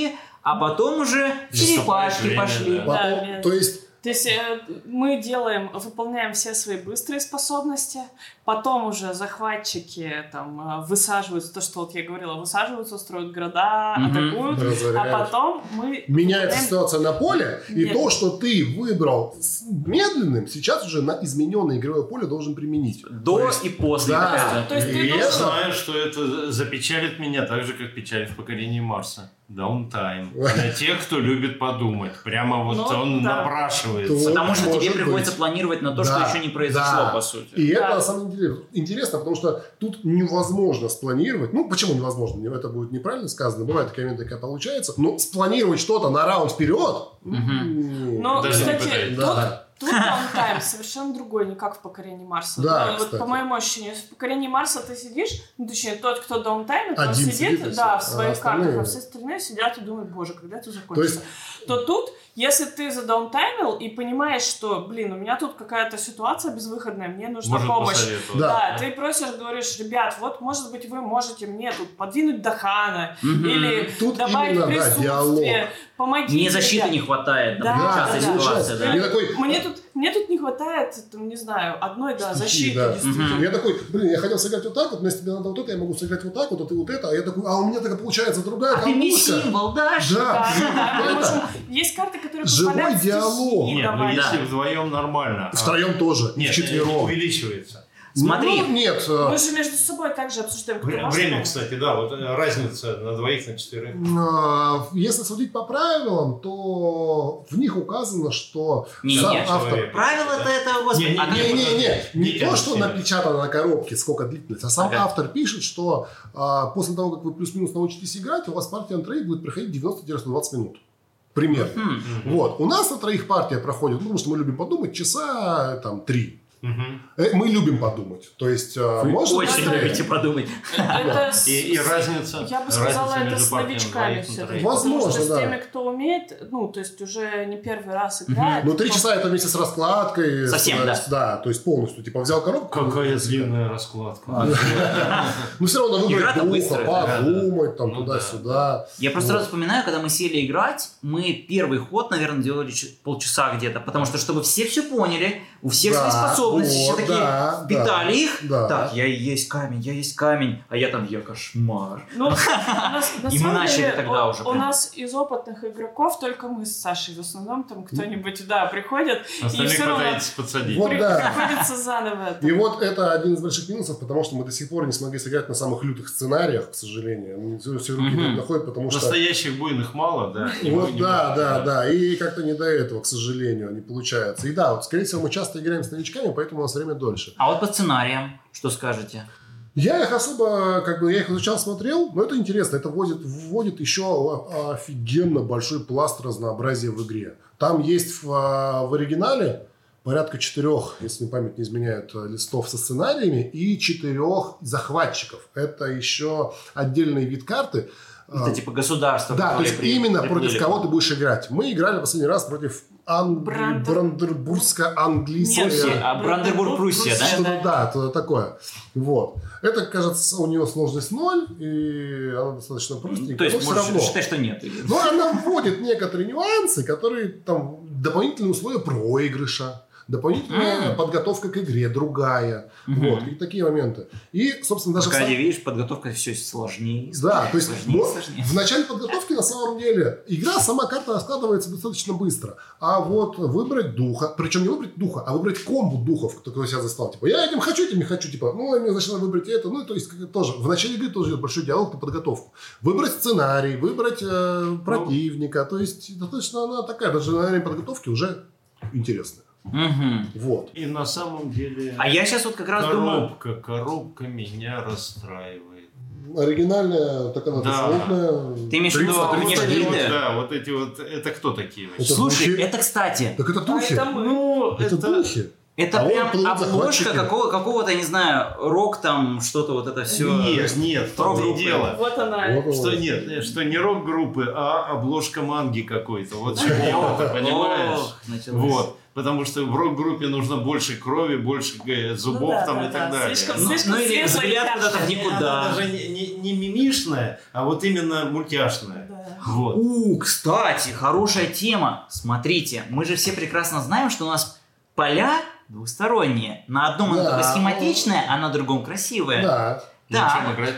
[SPEAKER 1] захватчики, а потом уже
[SPEAKER 3] Наступает
[SPEAKER 1] черепашки
[SPEAKER 3] время,
[SPEAKER 1] пошли.
[SPEAKER 3] да.
[SPEAKER 4] Потом-
[SPEAKER 2] да.
[SPEAKER 4] то есть
[SPEAKER 2] То есть э, мы делаем, выполняем все свои быстрые способности, потом уже захватчики там э, высаживаются, то, что вот я говорила, высаживаются, строят города,
[SPEAKER 1] Мгм.
[SPEAKER 2] атакуют,
[SPEAKER 4] разыграем.
[SPEAKER 2] а потом мы...
[SPEAKER 4] меняется
[SPEAKER 2] выполняем-
[SPEAKER 4] ситуация на поле, и
[SPEAKER 2] Нет.
[SPEAKER 4] то, что ты выбрал с медленным, сейчас уже на измененное игровое поле должен применить.
[SPEAKER 1] До
[SPEAKER 4] То есть-
[SPEAKER 1] и после.
[SPEAKER 4] Да.
[SPEAKER 1] такая,
[SPEAKER 2] То есть
[SPEAKER 4] И
[SPEAKER 2] ты
[SPEAKER 3] И я
[SPEAKER 2] должен-
[SPEAKER 3] знаю, что это запечалит меня так же, как печалит в поколении Марса. Даунтайм. Для тех, кто любит подумать. Прямо вот
[SPEAKER 2] Ну,
[SPEAKER 3] он
[SPEAKER 2] да.
[SPEAKER 3] напрашивается.
[SPEAKER 1] Потому что
[SPEAKER 4] Может
[SPEAKER 1] тебе приходится
[SPEAKER 4] быть.
[SPEAKER 1] планировать на то,
[SPEAKER 4] Да,
[SPEAKER 1] что еще не произошло,
[SPEAKER 4] да.
[SPEAKER 1] по сути.
[SPEAKER 4] И
[SPEAKER 2] Да.
[SPEAKER 4] это на самом деле интересно, потому что тут невозможно спланировать. Ну, почему невозможно? Не- Это будет неправильно сказано. Бывают такие моменты, когда получается. Но спланировать что-то на раунд вперед. м,
[SPEAKER 2] Ну,
[SPEAKER 3] Даже не
[SPEAKER 2] кстати,
[SPEAKER 3] пытаюсь.
[SPEAKER 2] тут
[SPEAKER 4] да.
[SPEAKER 2] Тут даунтайм совершенно другой, не как в покорении Марса.
[SPEAKER 4] Да,
[SPEAKER 2] Ну, вот
[SPEAKER 4] кстати.
[SPEAKER 2] по моему ощущению, в покорении Марса ты сидишь, ну, точнее, тот, кто даунтайм, он
[SPEAKER 4] Один
[SPEAKER 2] сидит,
[SPEAKER 4] сидит, и
[SPEAKER 2] да, в
[SPEAKER 4] всё. А
[SPEAKER 2] своих
[SPEAKER 4] остальные-
[SPEAKER 2] картах, а все остальные сидят и думают, боже, когда это
[SPEAKER 4] То
[SPEAKER 2] закончится.
[SPEAKER 4] есть,
[SPEAKER 2] То тут, если ты задаунтаймил и понимаешь, что, блин, у меня тут какая-то ситуация безвыходная, мне нужна
[SPEAKER 3] Может
[SPEAKER 2] помощь.
[SPEAKER 3] посоветовать.
[SPEAKER 4] Да.
[SPEAKER 2] Да, ты просишь, говоришь, ребят, вот, может быть, вы можете мне тут подвинуть до хана
[SPEAKER 1] Мгм.
[SPEAKER 2] или
[SPEAKER 4] Тут
[SPEAKER 2] добавить
[SPEAKER 4] именно, да,
[SPEAKER 2] присутствие,
[SPEAKER 4] диалог.
[SPEAKER 2] помогите.
[SPEAKER 1] Мне защиты
[SPEAKER 2] ребят».
[SPEAKER 1] не хватает,
[SPEAKER 2] Да,
[SPEAKER 1] например,
[SPEAKER 2] да,
[SPEAKER 1] частая
[SPEAKER 2] да.
[SPEAKER 1] ситуация, да.
[SPEAKER 4] Я такой,
[SPEAKER 2] Мне тут, мне тут не хватает, там, не знаю, одной, да,
[SPEAKER 4] Стихи,
[SPEAKER 2] защиты,
[SPEAKER 4] да.
[SPEAKER 2] действительно.
[SPEAKER 1] Мгм.
[SPEAKER 4] я такой, блин, я хотел сыграть вот так вот, но если тебе надо вот это, я могу сыграть вот так вот, а ты вот это. А я такой, а у меня такая получается другая
[SPEAKER 1] А ты мне
[SPEAKER 4] колодка».
[SPEAKER 1] символ дашь?
[SPEAKER 4] Да.
[SPEAKER 2] Да, да,
[SPEAKER 4] Вот
[SPEAKER 2] мы
[SPEAKER 4] это.
[SPEAKER 2] можем- Есть карты, которые
[SPEAKER 4] Живой
[SPEAKER 2] позволяют
[SPEAKER 4] диалог.
[SPEAKER 2] стихи
[SPEAKER 3] Нет, ну
[SPEAKER 2] добавить.
[SPEAKER 1] Да.
[SPEAKER 3] если вдвоем нормально. а
[SPEAKER 4] Втроем тоже, и
[SPEAKER 3] Нет,
[SPEAKER 4] вчетвером.
[SPEAKER 3] увеличивается.
[SPEAKER 1] Смотри.
[SPEAKER 4] Ну, нет, э,
[SPEAKER 2] Мы же между собой также обсуждаем, кто
[SPEAKER 3] Время,
[SPEAKER 2] ваш, кто-
[SPEAKER 3] кстати, да, вот э, разница на двоих, на четверых.
[SPEAKER 4] А, Если судить по правилам, то в них указано, что
[SPEAKER 1] Не,
[SPEAKER 4] сам
[SPEAKER 1] не,
[SPEAKER 4] автор...
[SPEAKER 1] Правила-то это, господи,
[SPEAKER 3] Не-не-не.
[SPEAKER 1] а как-
[SPEAKER 4] Не, не, не, не,
[SPEAKER 3] Не
[SPEAKER 4] то, что
[SPEAKER 3] тянут сильно.
[SPEAKER 4] напечатано на коробке, сколько длительность, а сам
[SPEAKER 1] Ага.
[SPEAKER 4] автор пишет, что а, после того, как вы плюс-минус научитесь играть, у вас партия на троих будет проходить 90-120 минут. Примерно.
[SPEAKER 1] Хм.
[SPEAKER 3] Мгм.
[SPEAKER 4] Вот. У нас на троих партия проходит, ну, потому что мы любим подумать, часа э, там три.
[SPEAKER 3] Мгм.
[SPEAKER 4] Э, Мы любим подумать. То есть, э,
[SPEAKER 1] Вы
[SPEAKER 4] можно
[SPEAKER 1] очень
[SPEAKER 4] быстрее?
[SPEAKER 1] любите подумать.
[SPEAKER 2] Это с-
[SPEAKER 3] И, и разница.
[SPEAKER 2] Я бы
[SPEAKER 3] разница
[SPEAKER 2] сказала, это
[SPEAKER 3] между
[SPEAKER 2] с
[SPEAKER 3] партиями
[SPEAKER 2] новичками
[SPEAKER 3] двоих ну, на
[SPEAKER 2] все-таки.
[SPEAKER 3] троих.
[SPEAKER 4] Воз- Возможно,
[SPEAKER 2] Потому что
[SPEAKER 4] да.
[SPEAKER 2] с теми, кто умеет, ну, то есть уже не первый раз играет.
[SPEAKER 4] Ну, три часа это вместе с раскладкой. с-
[SPEAKER 1] Совсем, да.
[SPEAKER 4] Да, то есть полностью. Типа взял коробку.
[SPEAKER 3] Какая длинная раскладка.
[SPEAKER 4] Ну, все равно выбрать
[SPEAKER 1] Игра-то
[SPEAKER 4] духа,
[SPEAKER 1] быстрая,
[SPEAKER 3] да.
[SPEAKER 4] подумать, там,
[SPEAKER 3] Ну,
[SPEAKER 4] туда-сюда.
[SPEAKER 1] Я просто
[SPEAKER 4] Вот.
[SPEAKER 1] раз вспоминаю, когда мы сели играть, мы первый ход, наверное, делали ч- полчаса где-то, потому что, чтобы все все поняли, у всех
[SPEAKER 4] Да,
[SPEAKER 1] свои способности, все
[SPEAKER 4] вот,
[SPEAKER 1] такие
[SPEAKER 4] да,
[SPEAKER 1] питали их.
[SPEAKER 4] да.
[SPEAKER 1] Так, я и есть камень, я и есть камень, а я там, я кошмар.
[SPEAKER 2] Ну, у нас, на
[SPEAKER 1] И мы
[SPEAKER 2] самом
[SPEAKER 1] начали
[SPEAKER 2] деле,
[SPEAKER 1] тогда
[SPEAKER 2] у,
[SPEAKER 1] уже
[SPEAKER 2] У
[SPEAKER 1] прям.
[SPEAKER 2] нас из опытных игроков только мы с Сашей в основном, там кто-нибудь, да, приходит,
[SPEAKER 3] Остальных
[SPEAKER 2] всё равно-
[SPEAKER 3] пытаетесь подсадить.
[SPEAKER 4] Вот
[SPEAKER 2] при-
[SPEAKER 4] Ну, да.
[SPEAKER 2] приходится заново.
[SPEAKER 4] И вот это один из больших минусов, потому что мы до сих пор не смогли сыграть на самых лютых сценариях, к сожалению. Ну, Все, все руки
[SPEAKER 1] Мгм.
[SPEAKER 4] не доходят, потому что...
[SPEAKER 3] Настоящих буйных мало, да. и
[SPEAKER 4] Вот,
[SPEAKER 3] мы-
[SPEAKER 4] да,
[SPEAKER 3] мы-
[SPEAKER 4] да, да. И как-то не до этого, к сожалению, не получается. И да, вот, скорее всего, мы часто играем с новичками, поэтому у нас время дольше.
[SPEAKER 1] А вот по сценариям, что скажете?
[SPEAKER 4] Я их особо, как бы, я их изучал, смотрел, но это интересно. Это вводит, вводит еще о- офигенно большой пласт разнообразия в игре. Там есть в, а, в оригинале порядка четырех, если мне память не изменяет, э, листов со сценариями и четырех захватчиков. Это еще отдельный вид карты, а,
[SPEAKER 1] Это типа государство.
[SPEAKER 4] Да, то
[SPEAKER 1] которое
[SPEAKER 4] есть
[SPEAKER 1] при-
[SPEAKER 4] именно
[SPEAKER 1] припнули.
[SPEAKER 4] против кого ты будешь играть. Мы играли последний раз против Ан...
[SPEAKER 2] Брандер-
[SPEAKER 4] Брандербургско-английской...
[SPEAKER 1] Пруссия, а Бранденбург, Пруссия, да?
[SPEAKER 4] Что-то, да, то- такое. Вот. Это, кажется, у нее сложность 0, и она достаточно простенькая.
[SPEAKER 1] Ну, То есть,
[SPEAKER 4] но всё
[SPEAKER 1] можешь
[SPEAKER 4] равно. Ну,
[SPEAKER 1] считать, что нет.
[SPEAKER 4] Но она вводит некоторые нюансы, которые там дополнительные условия проигрыша, дополнительная
[SPEAKER 1] Мгм.
[SPEAKER 4] подготовка к игре другая.
[SPEAKER 1] Мгм.
[SPEAKER 4] Вот, и такие моменты. И, собственно, даже... в
[SPEAKER 1] Аркадий,
[SPEAKER 4] сам-
[SPEAKER 1] видишь, подготовка все сложнее.
[SPEAKER 4] Да, то есть
[SPEAKER 1] сложнее,
[SPEAKER 4] но
[SPEAKER 1] сложнее.
[SPEAKER 4] в начале подготовки, на самом деле, игра, сама карта раскладывается достаточно быстро. А вот выбрать духа, причем не выбрать духа, а выбрать комбу духов, кто кого себя застал. Типа, я этим хочу, этим не хочу. Типа, ну, мне значит, надо выбрать это. Ну, то есть, как- тоже, в начале игры тоже идет большой диалог на подготовку. Выбрать сценарий, выбрать э,
[SPEAKER 3] Ну.
[SPEAKER 4] противника. То есть, достаточно она такая, даже на время подготовки уже интересная.
[SPEAKER 1] Мгм.
[SPEAKER 4] Вот.
[SPEAKER 3] И на самом деле
[SPEAKER 1] А я сейчас вот как раз думаю...
[SPEAKER 3] коробка, коробка меня расстраивает.
[SPEAKER 4] Оригинальная, такая она
[SPEAKER 3] Да.
[SPEAKER 4] доступная.
[SPEAKER 1] Ты имеешь в виду
[SPEAKER 4] Принцип-
[SPEAKER 1] внешний
[SPEAKER 4] принцип-
[SPEAKER 1] вид? Виды?
[SPEAKER 3] Ну, а Вот, да, вот эти вот, это кто такие? вообще?
[SPEAKER 4] Это
[SPEAKER 1] Слушай,
[SPEAKER 4] духи.
[SPEAKER 1] это кстати,
[SPEAKER 4] Так это духи.
[SPEAKER 2] это мы.
[SPEAKER 3] Ну,
[SPEAKER 4] это духи.
[SPEAKER 1] это
[SPEAKER 4] А он
[SPEAKER 1] прям
[SPEAKER 4] плыл
[SPEAKER 1] обложка
[SPEAKER 4] захватчики.
[SPEAKER 1] какого, какого-то, не знаю, рок там, что-то вот это все.
[SPEAKER 3] Нет, нет, в том
[SPEAKER 1] Рок-группы.
[SPEAKER 3] не дело.
[SPEAKER 2] Вот она.
[SPEAKER 4] Вот
[SPEAKER 3] Что нет, что не рок-группы, а обложка манги какой-то. Вот чего ты понимаешь? Вот. Потому что в рок-группе нужно больше крови, больше э, зубов
[SPEAKER 2] Ну да,
[SPEAKER 3] там
[SPEAKER 2] да,
[SPEAKER 3] и
[SPEAKER 2] да.
[SPEAKER 3] так далее.
[SPEAKER 2] Слишком-
[SPEAKER 1] Ну, ну или
[SPEAKER 2] светлая
[SPEAKER 1] взгляд
[SPEAKER 2] яркая.
[SPEAKER 1] куда-то в
[SPEAKER 3] Она
[SPEAKER 1] никуда.
[SPEAKER 3] даже не, не- не мимишная, а вот именно мультяшная.
[SPEAKER 2] Да.
[SPEAKER 3] Вот.
[SPEAKER 1] У, кстати, хорошая тема. Смотрите, мы же все прекрасно знаем, что у нас поля двусторонние. На одном оно
[SPEAKER 4] Да.
[SPEAKER 1] такое схематичное, а на другом красивое.
[SPEAKER 4] Да.
[SPEAKER 1] Да.
[SPEAKER 3] На чем играть?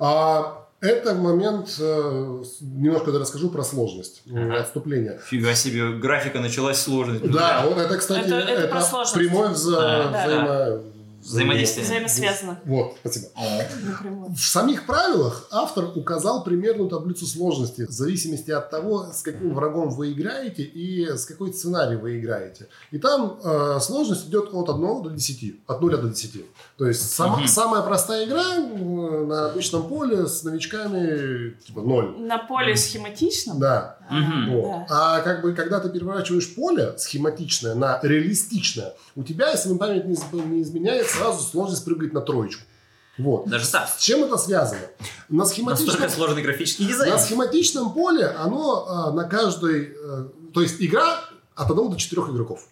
[SPEAKER 4] А это момент, э, с- немножко да, расскажу про сложность э,
[SPEAKER 1] Ага.
[SPEAKER 4] отступления.
[SPEAKER 1] Фига себе, графика началась сложность.
[SPEAKER 4] Да, вот это, кстати,
[SPEAKER 2] Это-
[SPEAKER 4] это,
[SPEAKER 2] это про сложность.
[SPEAKER 4] прямое вза-
[SPEAKER 1] А,
[SPEAKER 2] да,
[SPEAKER 4] взаимо-
[SPEAKER 1] Взаимодействие.
[SPEAKER 2] Взаимосвязано.
[SPEAKER 4] Вот, спасибо.
[SPEAKER 2] напрямую.
[SPEAKER 4] В самих правилах автор указал примерную таблицу сложности в зависимости от того, с каким врагом вы играете и с какой сценарий вы играете. И там э, сложность идет от 1 до 10, от 0 до 10. То есть сама-
[SPEAKER 1] Мгм.
[SPEAKER 4] самая простая игра э, на обычном поле с новичками типа 0.
[SPEAKER 2] На поле схематичном?
[SPEAKER 4] Да.
[SPEAKER 2] А,
[SPEAKER 1] Мгм.
[SPEAKER 4] Вот.
[SPEAKER 2] да.
[SPEAKER 4] А как бы, когда ты переворачиваешь поле схематичное на реалистичное, у тебя, если мне память не, изм- не изменяет, сразу сложность прыгать на троечку. Вот.
[SPEAKER 1] Даже так.
[SPEAKER 4] С чем это связано? На схематичном,
[SPEAKER 1] Настолько сложный графический дизайн.
[SPEAKER 4] на схематичном поле оно а, на каждой... э, то есть игра от 1 до 4 игроков.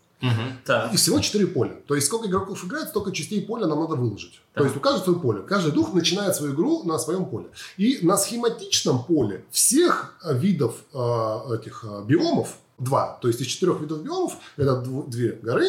[SPEAKER 1] Так.
[SPEAKER 4] И всего 4 поля. То есть сколько игроков играет, столько частей поля нам надо выложить.
[SPEAKER 1] Так.
[SPEAKER 4] То есть у каждого свое поле. Каждый дух начинает свою игру на своем поле. И на схематичном поле всех э, видов э, этих э, биомов два. То есть из четырех видов биомов это дв- две горы,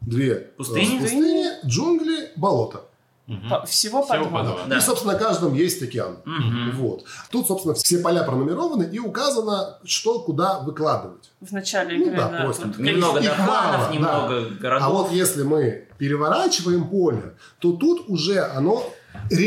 [SPEAKER 4] две э,
[SPEAKER 1] Пустыни.
[SPEAKER 4] пустыни, джунгли, болото.
[SPEAKER 3] Мгм.
[SPEAKER 2] По- Всего по
[SPEAKER 3] Всего
[SPEAKER 2] два.
[SPEAKER 3] по два.
[SPEAKER 1] Да.
[SPEAKER 4] И, собственно, на каждом есть океан.
[SPEAKER 1] Мгм.
[SPEAKER 4] Вот. Тут, собственно, все поля пронумерованы и указано, что куда выкладывать.
[SPEAKER 2] В начале
[SPEAKER 4] Ну
[SPEAKER 2] игры,
[SPEAKER 4] да,
[SPEAKER 2] да.
[SPEAKER 4] просто.
[SPEAKER 2] тут
[SPEAKER 1] Немного
[SPEAKER 4] Их мало,
[SPEAKER 1] доходов,
[SPEAKER 4] да.
[SPEAKER 1] немного городов.
[SPEAKER 4] А вот если мы переворачиваем поле, то тут уже оно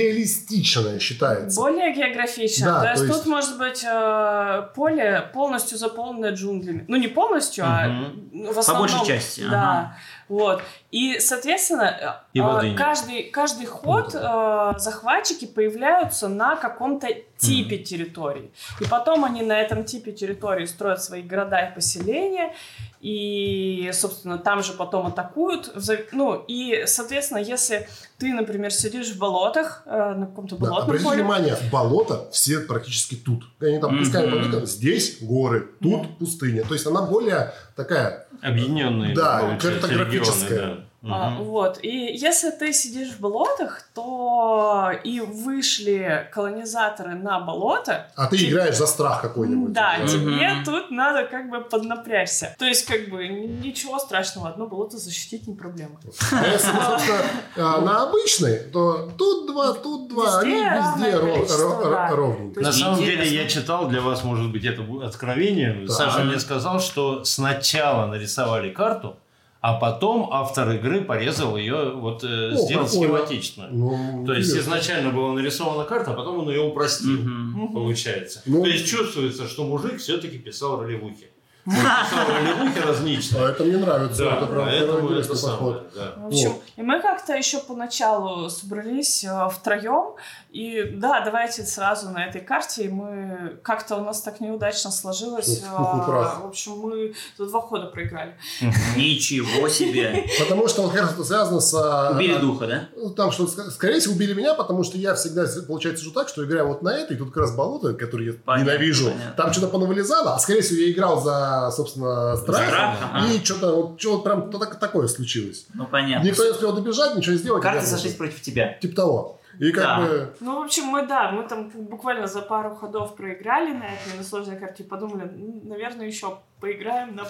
[SPEAKER 4] реалистичное считается.
[SPEAKER 2] Более географично.
[SPEAKER 4] Да,
[SPEAKER 2] то, есть
[SPEAKER 4] то есть-
[SPEAKER 2] тут может быть э, поле полностью заполнено джунглями. Ну, не полностью, а
[SPEAKER 3] Мгм.
[SPEAKER 2] ну, в
[SPEAKER 1] По
[SPEAKER 2] основном.
[SPEAKER 1] большей части.
[SPEAKER 2] Да, вот. И, соответственно,
[SPEAKER 3] И
[SPEAKER 2] э,
[SPEAKER 3] воды нет.
[SPEAKER 2] каждый, каждый ход э, захватчики появляются на каком-то типе территории. И потом они на этом типе территории строят свои города и поселения. И, собственно, там же потом атакуют. В зав- Ну, и, соответственно, если ты, например, сидишь в болотах, э, на каком-то
[SPEAKER 4] Да,
[SPEAKER 2] болотном
[SPEAKER 4] обратите
[SPEAKER 2] поле,
[SPEAKER 4] внимание, болото все практически тут. Они там пускай
[SPEAKER 1] Мгм.
[SPEAKER 4] подвигают, здесь горы, тут пустыня. То есть она более такая.
[SPEAKER 3] Объединенные
[SPEAKER 4] Да,
[SPEAKER 3] получается,
[SPEAKER 4] картографическая.
[SPEAKER 3] регионы, да.
[SPEAKER 2] А,
[SPEAKER 3] Мгм.
[SPEAKER 2] Вот. И если ты сидишь в болотах, то и вышли колонизаторы на болото,
[SPEAKER 4] А ты
[SPEAKER 2] Ти-
[SPEAKER 4] играешь за страх какой-нибудь. Э,
[SPEAKER 2] да,
[SPEAKER 1] Мгм.
[SPEAKER 2] тебе тут надо как бы поднапрячься. То есть как бы н- ничего страшного, одно болото защитить не проблема.
[SPEAKER 4] А если мы, собственно, э, на обычной, то тут два, тут два, они
[SPEAKER 2] Везде
[SPEAKER 4] везде
[SPEAKER 2] равное
[SPEAKER 4] ров-
[SPEAKER 2] количество,
[SPEAKER 4] ро- ро-
[SPEAKER 2] да.
[SPEAKER 4] ровненько.
[SPEAKER 3] На самом
[SPEAKER 1] Интересно.
[SPEAKER 3] деле я читал, для вас может быть это будет откровение.
[SPEAKER 4] Так.
[SPEAKER 3] Саша мне сказал, что сначала нарисовали карту, а потом автор игры порезал ее, вот э,
[SPEAKER 4] О,
[SPEAKER 3] сделал
[SPEAKER 4] прикольно.
[SPEAKER 3] схематично.
[SPEAKER 4] Ну,
[SPEAKER 3] То есть
[SPEAKER 4] интересно.
[SPEAKER 3] изначально была нарисована карта, а потом он ее упростил.
[SPEAKER 1] Мгм.
[SPEAKER 2] Мгм.
[SPEAKER 3] Получается.
[SPEAKER 4] Ну,
[SPEAKER 3] То есть чувствуется, что мужик все-таки писал ролевухи. Ролевухи различные.
[SPEAKER 4] А это мне нравится, это прям
[SPEAKER 3] поэтому
[SPEAKER 4] интересный
[SPEAKER 3] а это
[SPEAKER 4] подход.
[SPEAKER 3] самое, да.
[SPEAKER 2] В общем,
[SPEAKER 4] Вот.
[SPEAKER 2] и мы как-то еще поначалу собрались э, втроем, и да, давайте сразу на этой карте, и мы как-то у нас так неудачно сложилось.
[SPEAKER 4] Фу,
[SPEAKER 2] э,
[SPEAKER 4] фу, фу, прах.
[SPEAKER 2] В общем, мы за два хода проиграли.
[SPEAKER 1] Ничего себе.
[SPEAKER 4] Потому что он, кажется, связано с... а,
[SPEAKER 1] Убили духа, да?
[SPEAKER 4] Ну, Там что ск- скорее всего, убили меня, потому что я всегда, с- получается, же так, что играю вот на это, и тут как раз болото, которое я
[SPEAKER 1] Понятно,
[SPEAKER 4] ненавижу.
[SPEAKER 1] понятно.
[SPEAKER 4] Там что-то понавылезало, а скорее всего, я играл за, собственно, страх.
[SPEAKER 1] Страх, ага.
[SPEAKER 4] И что-то вот, чё вот прям то- так- такое случилось.
[SPEAKER 1] Ну понятно.
[SPEAKER 4] Никто не успел добежать, ничего не сделать.
[SPEAKER 1] Карты
[SPEAKER 4] я был.
[SPEAKER 1] сошлись против тебя.
[SPEAKER 4] Типа того. И как
[SPEAKER 1] Да.
[SPEAKER 4] бы...
[SPEAKER 2] Ну, в общем, мы, да, мы там буквально за пару ходов проиграли на этой на сложной карте, и подумали, «Ну, наверное, еще поиграем на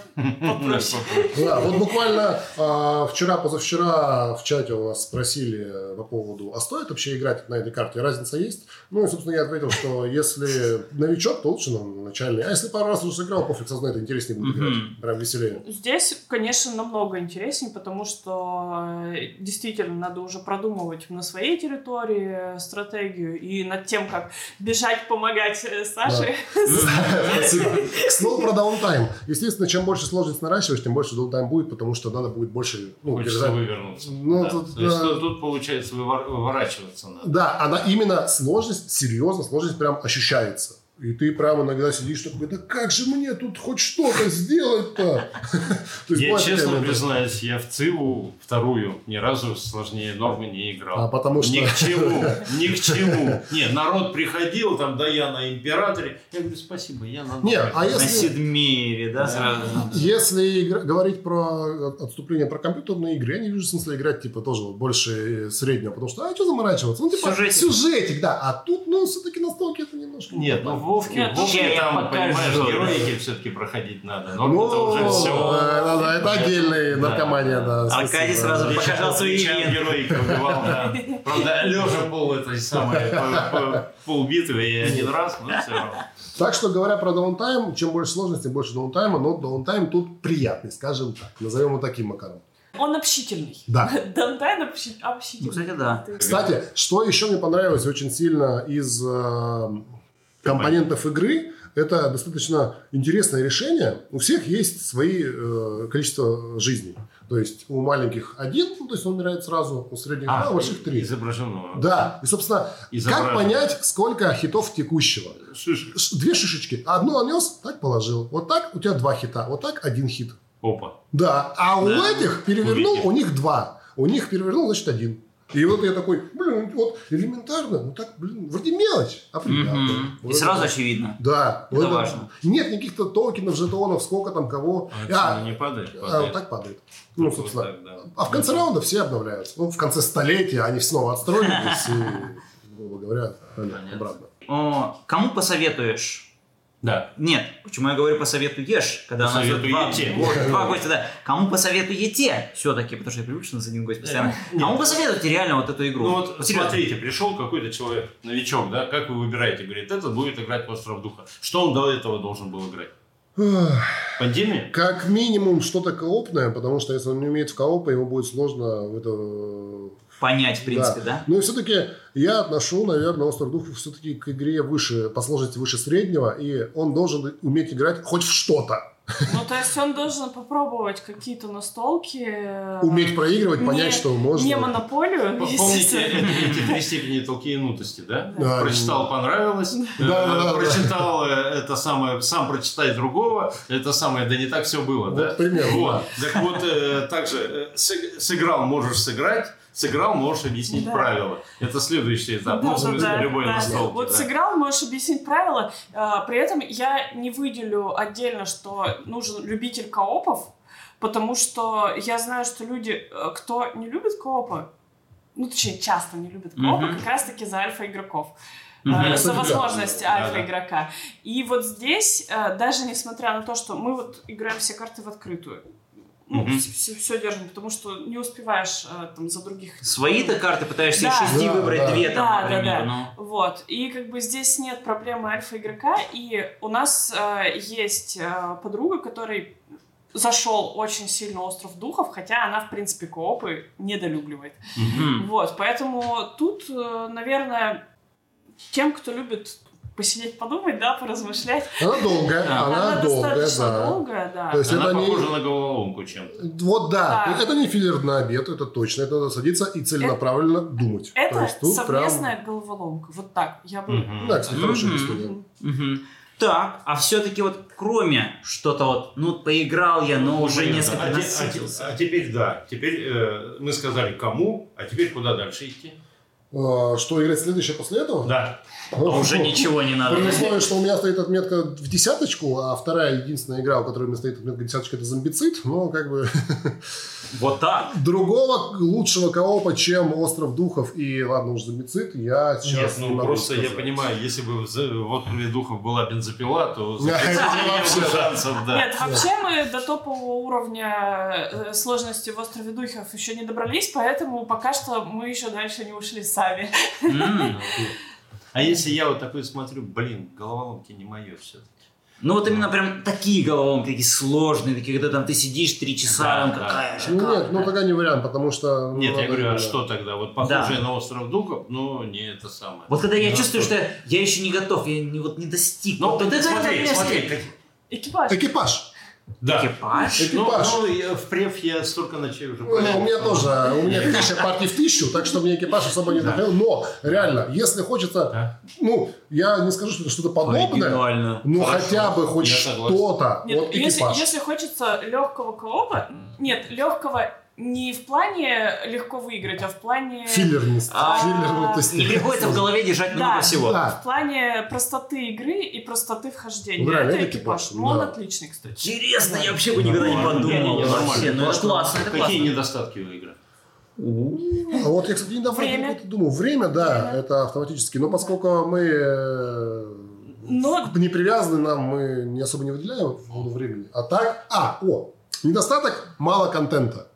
[SPEAKER 2] попроще.
[SPEAKER 4] Да, вот буквально а, вчера, позавчера в чате у нас спросили по поводу, а стоит вообще играть на этой карте? Разница есть? Ну и, собственно, я ответил, что если новичок, то лучше на начальный. А если пару раз уже сыграл, пофиг, со мной это интереснее будет
[SPEAKER 1] Мгм.
[SPEAKER 4] играть. Прям веселее.
[SPEAKER 2] Здесь, конечно, намного интереснее, потому что э, действительно надо уже продумывать на своей территории э, стратегию и над тем, как бежать, помогать э, Саше.
[SPEAKER 4] Спасибо. К слову Ну, про даунтайм. Естественно, чем больше сложность наращиваешь, тем больше даунтайм будет, потому что надо будет больше ну,
[SPEAKER 3] Хочется
[SPEAKER 4] держать.
[SPEAKER 3] вывернуться.
[SPEAKER 4] Ну,
[SPEAKER 3] Да.
[SPEAKER 4] тут,
[SPEAKER 3] То есть
[SPEAKER 4] да.
[SPEAKER 3] тут- тут, получается, вывор- выворачиваться надо.
[SPEAKER 4] Да, она именно сложность, серьезно, сложность прям ощущается. И ты прям иногда сидишь такой, да как же мне тут хоть что-то сделать-то? То есть
[SPEAKER 3] я
[SPEAKER 4] бывает такая
[SPEAKER 3] честно
[SPEAKER 4] момент.
[SPEAKER 3] признаюсь, я в ЦИУ вторую ни разу сложнее нормы не
[SPEAKER 4] А
[SPEAKER 3] играл.
[SPEAKER 4] потому что...
[SPEAKER 3] Ни к чему, ни к чему. Не, народ приходил, там, да я на императоре. Я говорю, спасибо, я на
[SPEAKER 4] Не,
[SPEAKER 3] норме».
[SPEAKER 4] а
[SPEAKER 1] На
[SPEAKER 4] если...
[SPEAKER 1] Седмире, да, сразу.
[SPEAKER 4] Если игр- говорить про от- отступление про компьютерные игры, я не вижу смысла играть, типа, тоже вот больше э, среднего, потому что, а что заморачиваться? Ну, типа,
[SPEAKER 1] Сюжетик.
[SPEAKER 4] сюжетик, да, а тут, ну, все-таки настолки это немножко... не
[SPEAKER 3] Нет,
[SPEAKER 4] то.
[SPEAKER 3] ну в Вовке,
[SPEAKER 2] Нет,
[SPEAKER 3] в Вовке
[SPEAKER 1] ща я
[SPEAKER 3] там,
[SPEAKER 1] покажу.
[SPEAKER 3] понимаешь, героики все-таки проходить надо. Но
[SPEAKER 4] Ну,
[SPEAKER 3] это уже все.
[SPEAKER 4] э, да, да, это отдельная
[SPEAKER 3] Да.
[SPEAKER 4] наркомания, да.
[SPEAKER 1] Аркадий
[SPEAKER 4] спасибо.
[SPEAKER 1] сразу показал свои имена.
[SPEAKER 3] героика убивал, да. Правда, Лежа пол этой самой, по- по- полбитвы и один раз, но все равно.
[SPEAKER 4] Так что, говоря про даунтайм, чем больше сложности, тем больше даунтайма, но даунтайм тут приятный, скажем так. Назовем его таким макаром.
[SPEAKER 2] Он общительный.
[SPEAKER 4] Да.
[SPEAKER 2] Дантайн
[SPEAKER 1] Ну,
[SPEAKER 2] общительный.
[SPEAKER 1] кстати, да.
[SPEAKER 2] Ты-
[SPEAKER 4] Кстати, что еще мне понравилось очень сильно из э, компонентов игры, это достаточно интересное решение. У всех есть свои э, количество жизней. То есть у маленьких один, ну, то есть он умирает сразу, у средних два, у больших А, три.
[SPEAKER 3] А, Изображено.
[SPEAKER 4] Да, и, собственно, как
[SPEAKER 3] Изображено.
[SPEAKER 4] понять, сколько хитов текущего?
[SPEAKER 3] Шишка.
[SPEAKER 4] Ш- Две шишечки. Одну нанес, так положил. Вот так у тебя два хита, вот так один хит.
[SPEAKER 3] Опа.
[SPEAKER 4] Да, а у
[SPEAKER 3] Да.
[SPEAKER 4] этих перевернул,
[SPEAKER 3] Увидел.
[SPEAKER 4] у них два. У них перевернул, значит, один. И вот я такой, блин, вот элементарно, ну так, блин, вроде мелочь, а приятно.
[SPEAKER 1] Мгм.
[SPEAKER 4] Вот
[SPEAKER 1] И
[SPEAKER 4] это
[SPEAKER 1] сразу
[SPEAKER 4] да.
[SPEAKER 1] очевидно.
[SPEAKER 4] Да.
[SPEAKER 1] Это важно.
[SPEAKER 4] Нет никаких-то токенов, жетонов, сколько там кого.
[SPEAKER 3] А,
[SPEAKER 4] А,
[SPEAKER 3] отсюда не падает?
[SPEAKER 4] а,
[SPEAKER 3] Падает.
[SPEAKER 4] вот так падает. Ну,
[SPEAKER 3] Вот
[SPEAKER 4] собственно.
[SPEAKER 3] так, да.
[SPEAKER 4] А в конце раунда все обновляются. Ну, в конце столетия они снова отстроились и, грубо говоря,
[SPEAKER 3] Понятно.
[SPEAKER 4] обратно.
[SPEAKER 1] О, Кому посоветуешь?
[SPEAKER 3] Да.
[SPEAKER 1] Нет, почему я говорю посоветуешь, когда у нас идет два,
[SPEAKER 3] Посоветуете.
[SPEAKER 1] го- два гостя, да. Кому посоветуете все-таки, потому что я привык, что у нас один гость постоянно.
[SPEAKER 3] Э, нет.
[SPEAKER 1] Кому посоветуете реально вот эту игру?
[SPEAKER 3] Ну вот
[SPEAKER 1] серьезно.
[SPEAKER 3] смотрите, пришел какой-то человек, новичок, да, как вы выбираете? Говорит, этот будет играть в Остров Духа. Что он до этого должен был играть?
[SPEAKER 4] Ах.
[SPEAKER 3] Пандемия?
[SPEAKER 4] Как минимум что-то коопное, потому что если он не умеет в коопа, ему будет сложно в это... э,
[SPEAKER 1] Понять, в принципе, да?
[SPEAKER 4] Ну и все-таки я отношу, наверное, Остров Духов все-таки к игре выше, по сложности выше среднего, и он должен уметь играть хоть в что-то.
[SPEAKER 2] Ну, то есть он должен попробовать какие-то настолки. э,
[SPEAKER 4] Уметь проигрывать,
[SPEAKER 2] не-
[SPEAKER 4] понять, что можно.
[SPEAKER 2] Не монополию,
[SPEAKER 3] Помните
[SPEAKER 2] естественно.
[SPEAKER 3] эти, эти три степени толкиенутости, да?
[SPEAKER 4] Да.
[SPEAKER 3] Прочитал, понравилось.
[SPEAKER 4] Да, да, да,
[SPEAKER 3] Э, Прочитал э, это самое, сам прочитай другого, это самое, да не так все было,
[SPEAKER 4] Вот
[SPEAKER 3] да?
[SPEAKER 4] примерно,
[SPEAKER 3] Вот. Так вот, э, также э, сыг- сыграл, можешь сыграть, сыграл, можешь объяснить
[SPEAKER 2] Да.
[SPEAKER 3] правила. Это следующий этап, ну, в
[SPEAKER 2] Да-да-да,
[SPEAKER 3] смысле, любой
[SPEAKER 2] да.
[SPEAKER 3] настолки.
[SPEAKER 2] Вот
[SPEAKER 3] да.
[SPEAKER 2] сыграл, можешь объяснить правила. А, При этом я не выделю отдельно, что нужен любитель коопов, потому что я знаю, что люди, э, кто не любит коопа, ну, точнее, часто не любят коопа,
[SPEAKER 1] Мгм.
[SPEAKER 2] как раз-таки за альфа-игроков.
[SPEAKER 1] Мгм.
[SPEAKER 3] А,
[SPEAKER 2] Э, за
[SPEAKER 4] Кстати, да.
[SPEAKER 2] возможности
[SPEAKER 3] Да-да.
[SPEAKER 2] альфа-игрока. И вот здесь, э, даже несмотря на то, что мы вот играем все карты в открытую, ну,
[SPEAKER 3] Мгм.
[SPEAKER 2] все, держим, потому что не успеваешь э, там за других.
[SPEAKER 1] Свои-то карты пытаешься
[SPEAKER 2] Да.
[SPEAKER 1] из шести
[SPEAKER 4] Да,
[SPEAKER 1] выбрать
[SPEAKER 4] да.
[SPEAKER 1] две там,
[SPEAKER 2] Да, да,
[SPEAKER 1] например,
[SPEAKER 2] да.
[SPEAKER 1] ну.
[SPEAKER 2] Вот. И как бы здесь нет проблемы альфа-игрока. И у нас э, есть э, подруга, который зашел очень сильно остров духов, хотя она, в принципе, коопы недолюбливает.
[SPEAKER 1] Мгм.
[SPEAKER 2] Вот. Поэтому тут, э, наверное, тем, кто любит посидеть, подумать, да, поразмышлять.
[SPEAKER 4] Она долгая,
[SPEAKER 1] Да.
[SPEAKER 4] она, долгая,
[SPEAKER 2] достаточно
[SPEAKER 4] да.
[SPEAKER 2] долгая, да.
[SPEAKER 4] То есть
[SPEAKER 3] Она
[SPEAKER 4] это не...
[SPEAKER 3] похожа на головоломку чем-то.
[SPEAKER 4] Вот да,
[SPEAKER 2] Да.
[SPEAKER 4] То есть это не филлер на обед, это точно. Это надо садиться и целенаправленно думать.
[SPEAKER 2] Э, Это
[SPEAKER 4] То есть тут
[SPEAKER 2] совместная головоломка. Вот так. Я бы...
[SPEAKER 4] прям... Да, кстати, хорошая
[SPEAKER 1] Мгм.
[SPEAKER 4] история.
[SPEAKER 1] Мгм. Так, а все-таки вот кроме что-то вот, ну поиграл я, но уже
[SPEAKER 3] Понятно.
[SPEAKER 1] несколько
[SPEAKER 3] А те- а те-
[SPEAKER 1] насытился.
[SPEAKER 3] А теперь да. Теперь э, мы сказали кому, а теперь куда дальше идти?
[SPEAKER 4] А, Что играть следующее после этого?
[SPEAKER 3] Да.
[SPEAKER 1] А уже ничего не надо.
[SPEAKER 4] При условии, что у меня стоит отметка в десяточку, а вторая единственная игра, у которой у меня стоит отметка в десяточку, это зомбицид, но как бы
[SPEAKER 1] Вот так.
[SPEAKER 4] другого лучшего коопа, чем Остров Духов и, ладно уж, зомбицид, я сейчас
[SPEAKER 3] Нет,
[SPEAKER 4] не
[SPEAKER 3] ну
[SPEAKER 4] могу
[SPEAKER 3] просто я
[SPEAKER 4] сказать.
[SPEAKER 3] понимаю, если бы в за- вот у Духов была бензопила, то
[SPEAKER 4] Да, это вообще,
[SPEAKER 3] не
[SPEAKER 4] да.
[SPEAKER 3] шансов, да.
[SPEAKER 2] Нет, вообще мы до топового уровня э, сложности в острове Духов еще не добрались, поэтому пока что мы еще дальше не ушли сами.
[SPEAKER 1] М.
[SPEAKER 3] А если я вот такой смотрю, блин, головоломки не мое все-таки.
[SPEAKER 1] Ну вот именно прям такие головоломки, такие сложные, такие, когда там ты сидишь три часа,
[SPEAKER 3] Да,
[SPEAKER 1] там
[SPEAKER 3] да.
[SPEAKER 1] какая же.
[SPEAKER 4] Ну нет,
[SPEAKER 1] как,
[SPEAKER 4] ну
[SPEAKER 1] да.
[SPEAKER 4] тогда не вариант, потому что... ну,
[SPEAKER 3] Нет, я
[SPEAKER 4] надо
[SPEAKER 3] говорю, а
[SPEAKER 4] именно-
[SPEAKER 3] что тогда? Вот
[SPEAKER 1] Да.
[SPEAKER 3] похожее на остров Духов, но не это самое.
[SPEAKER 1] Вот когда я
[SPEAKER 3] Ну,
[SPEAKER 1] чувствую, что я- я еще не готов, я не, вот не достиг.
[SPEAKER 3] Ну,
[SPEAKER 1] вот это
[SPEAKER 3] смотри,
[SPEAKER 1] меня
[SPEAKER 3] смотри,
[SPEAKER 1] стоит.
[SPEAKER 3] как-
[SPEAKER 2] Экипаж.
[SPEAKER 4] Экипаж.
[SPEAKER 3] Да.
[SPEAKER 1] Экипаж.
[SPEAKER 3] Ну,
[SPEAKER 4] Экипаж.
[SPEAKER 3] ну, я в преф я столько ночей уже
[SPEAKER 4] Ну,
[SPEAKER 3] провел.
[SPEAKER 4] у меня тоже, у меня тысяча партий в тысячу, так что мне экипаж особо не
[SPEAKER 3] Да.
[SPEAKER 4] доходил. Но, реально, если хочется,
[SPEAKER 3] Да.
[SPEAKER 4] ну, я не скажу, что это что-то подобное,
[SPEAKER 1] Оригинально.
[SPEAKER 4] но
[SPEAKER 3] Хорошо,
[SPEAKER 4] хотя бы хоть
[SPEAKER 3] я согласен.
[SPEAKER 4] что-то.
[SPEAKER 2] Нет,
[SPEAKER 4] Вот
[SPEAKER 2] если,
[SPEAKER 4] экипаж.
[SPEAKER 2] если хочется легкого коопа, нет, легкого не в плане легко выиграть, а в плане
[SPEAKER 4] Филлерность.
[SPEAKER 1] А,
[SPEAKER 4] Филлерность.
[SPEAKER 1] Не приходится в голове держать
[SPEAKER 2] Да.
[SPEAKER 1] много всего.
[SPEAKER 2] в
[SPEAKER 3] А
[SPEAKER 4] Да.
[SPEAKER 2] плане простоты игры и простоты вхождения.
[SPEAKER 4] Ну, реально,
[SPEAKER 2] это
[SPEAKER 4] экипаж,
[SPEAKER 2] экипаж. Ну, он
[SPEAKER 4] да.
[SPEAKER 2] отличный, кстати.
[SPEAKER 1] Интересно, я вообще
[SPEAKER 3] Ну
[SPEAKER 1] бы никогда не
[SPEAKER 3] Нормально.
[SPEAKER 1] подумал.
[SPEAKER 3] Не-не-не,
[SPEAKER 1] Вообще,
[SPEAKER 3] нормально.
[SPEAKER 1] ну это
[SPEAKER 3] Классно.
[SPEAKER 1] классно, это
[SPEAKER 3] Какие
[SPEAKER 1] классно.
[SPEAKER 3] недостатки у игры?
[SPEAKER 4] А вот я, кстати, недавно
[SPEAKER 2] Время.
[SPEAKER 4] как-то думал. Время, да,
[SPEAKER 2] Время.
[SPEAKER 4] это автоматически. Но поскольку мы э,
[SPEAKER 2] Но
[SPEAKER 4] не привязаны нам, мы не особо не выделяем по поводу времени. А так, а, о, недостаток – мало контента.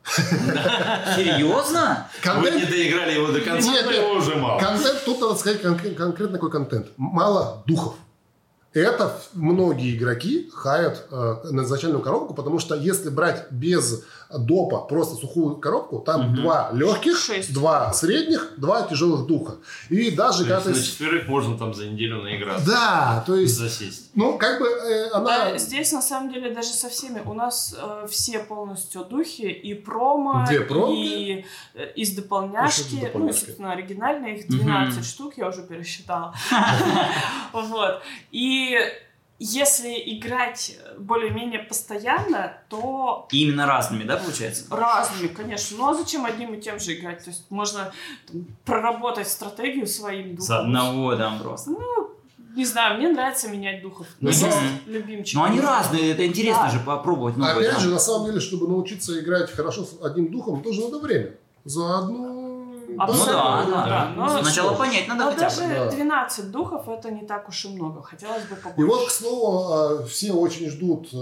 [SPEAKER 1] Серьезно?
[SPEAKER 3] Вы не
[SPEAKER 4] Контент,
[SPEAKER 3] доиграли его до конца,
[SPEAKER 4] Нет,
[SPEAKER 3] но
[SPEAKER 4] нет.
[SPEAKER 3] его уже мало.
[SPEAKER 4] контент тут надо сказать кон- конкретно какой контент. Мало духов. Это ф- многие игроки хаят э, на изначальную коробку, потому что если брать без допа просто сухую коробку, там
[SPEAKER 1] Мгм.
[SPEAKER 4] два легких,
[SPEAKER 2] Шесть.
[SPEAKER 4] два средних, два тяжелых духа. И даже
[SPEAKER 3] То есть
[SPEAKER 4] когда
[SPEAKER 3] на
[SPEAKER 4] ты с-
[SPEAKER 3] четверых можно там за неделю наиграться,
[SPEAKER 4] Да, то есть,
[SPEAKER 3] засесть.
[SPEAKER 4] ну, как бы э, она...
[SPEAKER 2] а, здесь на самом деле даже со всеми у нас э, все полностью духи и промо,
[SPEAKER 4] Две промки.
[SPEAKER 2] и э, из дополняшки,
[SPEAKER 4] Еще из
[SPEAKER 2] ну и,
[SPEAKER 4] дополняшки.
[SPEAKER 2] собственно оригинальные, их
[SPEAKER 1] Мгм.
[SPEAKER 2] 12 штук, я уже пересчитала. Вот. И если играть более-менее постоянно, то
[SPEAKER 1] И Именно разными, да, получается?
[SPEAKER 2] разными, конечно. Ну а зачем одним и тем же играть? То есть можно там, проработать стратегию своим духом.
[SPEAKER 1] С одного там просто.
[SPEAKER 2] Не знаю, мне нравится менять духов.
[SPEAKER 4] Ну,
[SPEAKER 2] Ну, есть
[SPEAKER 1] мгм.
[SPEAKER 2] любимчик.
[SPEAKER 1] Ну они разные, это интересно
[SPEAKER 2] Да.
[SPEAKER 1] же попробовать новое.
[SPEAKER 4] Опять
[SPEAKER 1] да.
[SPEAKER 4] же, на самом деле, чтобы научиться играть хорошо с одним духом, тоже надо время. За одну...
[SPEAKER 1] Ну да,
[SPEAKER 2] Абсолютно,
[SPEAKER 1] да,
[SPEAKER 2] да.
[SPEAKER 4] ну,
[SPEAKER 2] Но-
[SPEAKER 1] Сначала понять надо
[SPEAKER 2] Но
[SPEAKER 1] хотя
[SPEAKER 2] даже
[SPEAKER 1] бы.
[SPEAKER 4] бы, да.
[SPEAKER 2] 12 духов это не так уж и много. Хотелось бы побольше.
[SPEAKER 4] И вот, к слову, э, все очень ждут, э,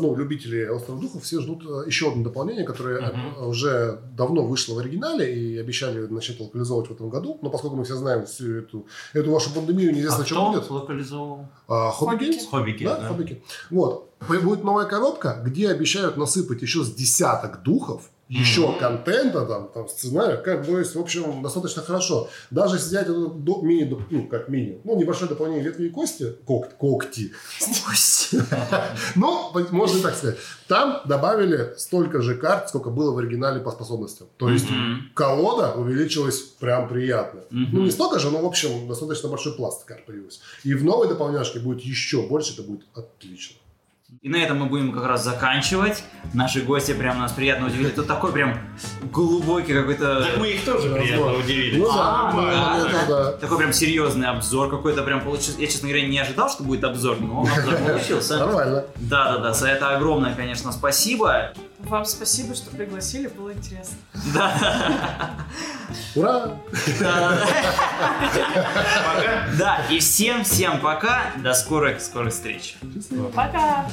[SPEAKER 4] ну, любители «Остров духов», все ждут э, еще одно дополнение, которое
[SPEAKER 3] Мгм.
[SPEAKER 4] э, уже давно вышло в оригинале и обещали начать локализовывать в этом году. Но поскольку мы все знаем всю эту, эту вашу пандемию, неизвестно,
[SPEAKER 3] а
[SPEAKER 4] что
[SPEAKER 3] кто
[SPEAKER 4] будет.
[SPEAKER 3] локализовал?
[SPEAKER 4] А, Хобби
[SPEAKER 2] Хоббики.
[SPEAKER 4] Геймс?
[SPEAKER 3] Хоббики,
[SPEAKER 4] Да,
[SPEAKER 3] да?
[SPEAKER 4] фабрики. Вот. П- Будет новая коробка, где обещают насыпать еще с десяток духов, еще контента, там, там, сценария, как бы, в общем, достаточно хорошо. Даже если взять эту до- мини, доп- ну, как мини, ну, небольшое дополнение ветви и кости, кок- когти, кости, ну, можно и так сказать. Там добавили столько же карт, сколько было в оригинале по способностям. То есть
[SPEAKER 1] Мгм.
[SPEAKER 4] колода увеличилась прям приятно.
[SPEAKER 1] Мгм.
[SPEAKER 4] Ну, не столько же, но, в общем, достаточно большой пласт карт появился. И в новой дополняшке будет еще больше, это будет отлично.
[SPEAKER 1] И на этом мы будем как раз заканчивать. Наши гости прям нас приятно удивили. Тут такой прям глубокий
[SPEAKER 3] Так
[SPEAKER 1] какой-то...
[SPEAKER 3] мы их тоже
[SPEAKER 4] Разбор.
[SPEAKER 3] приятно удивили.
[SPEAKER 4] Ну да,
[SPEAKER 1] А,
[SPEAKER 4] нормально,
[SPEAKER 1] да,
[SPEAKER 4] это да.
[SPEAKER 1] Такой прям серьезный обзор какой-то прям получился. Я, честно говоря, не ожидал, что будет обзор, но обзор получился.
[SPEAKER 4] Нормально.
[SPEAKER 1] Да-да-да, за это огромное, конечно, спасибо.
[SPEAKER 2] Вам спасибо, что пригласили, было интересно.
[SPEAKER 1] Да.
[SPEAKER 4] Ура!
[SPEAKER 3] Пока.
[SPEAKER 1] Да, и всем-всем пока. До скорых-скорых встреч.
[SPEAKER 2] Пока!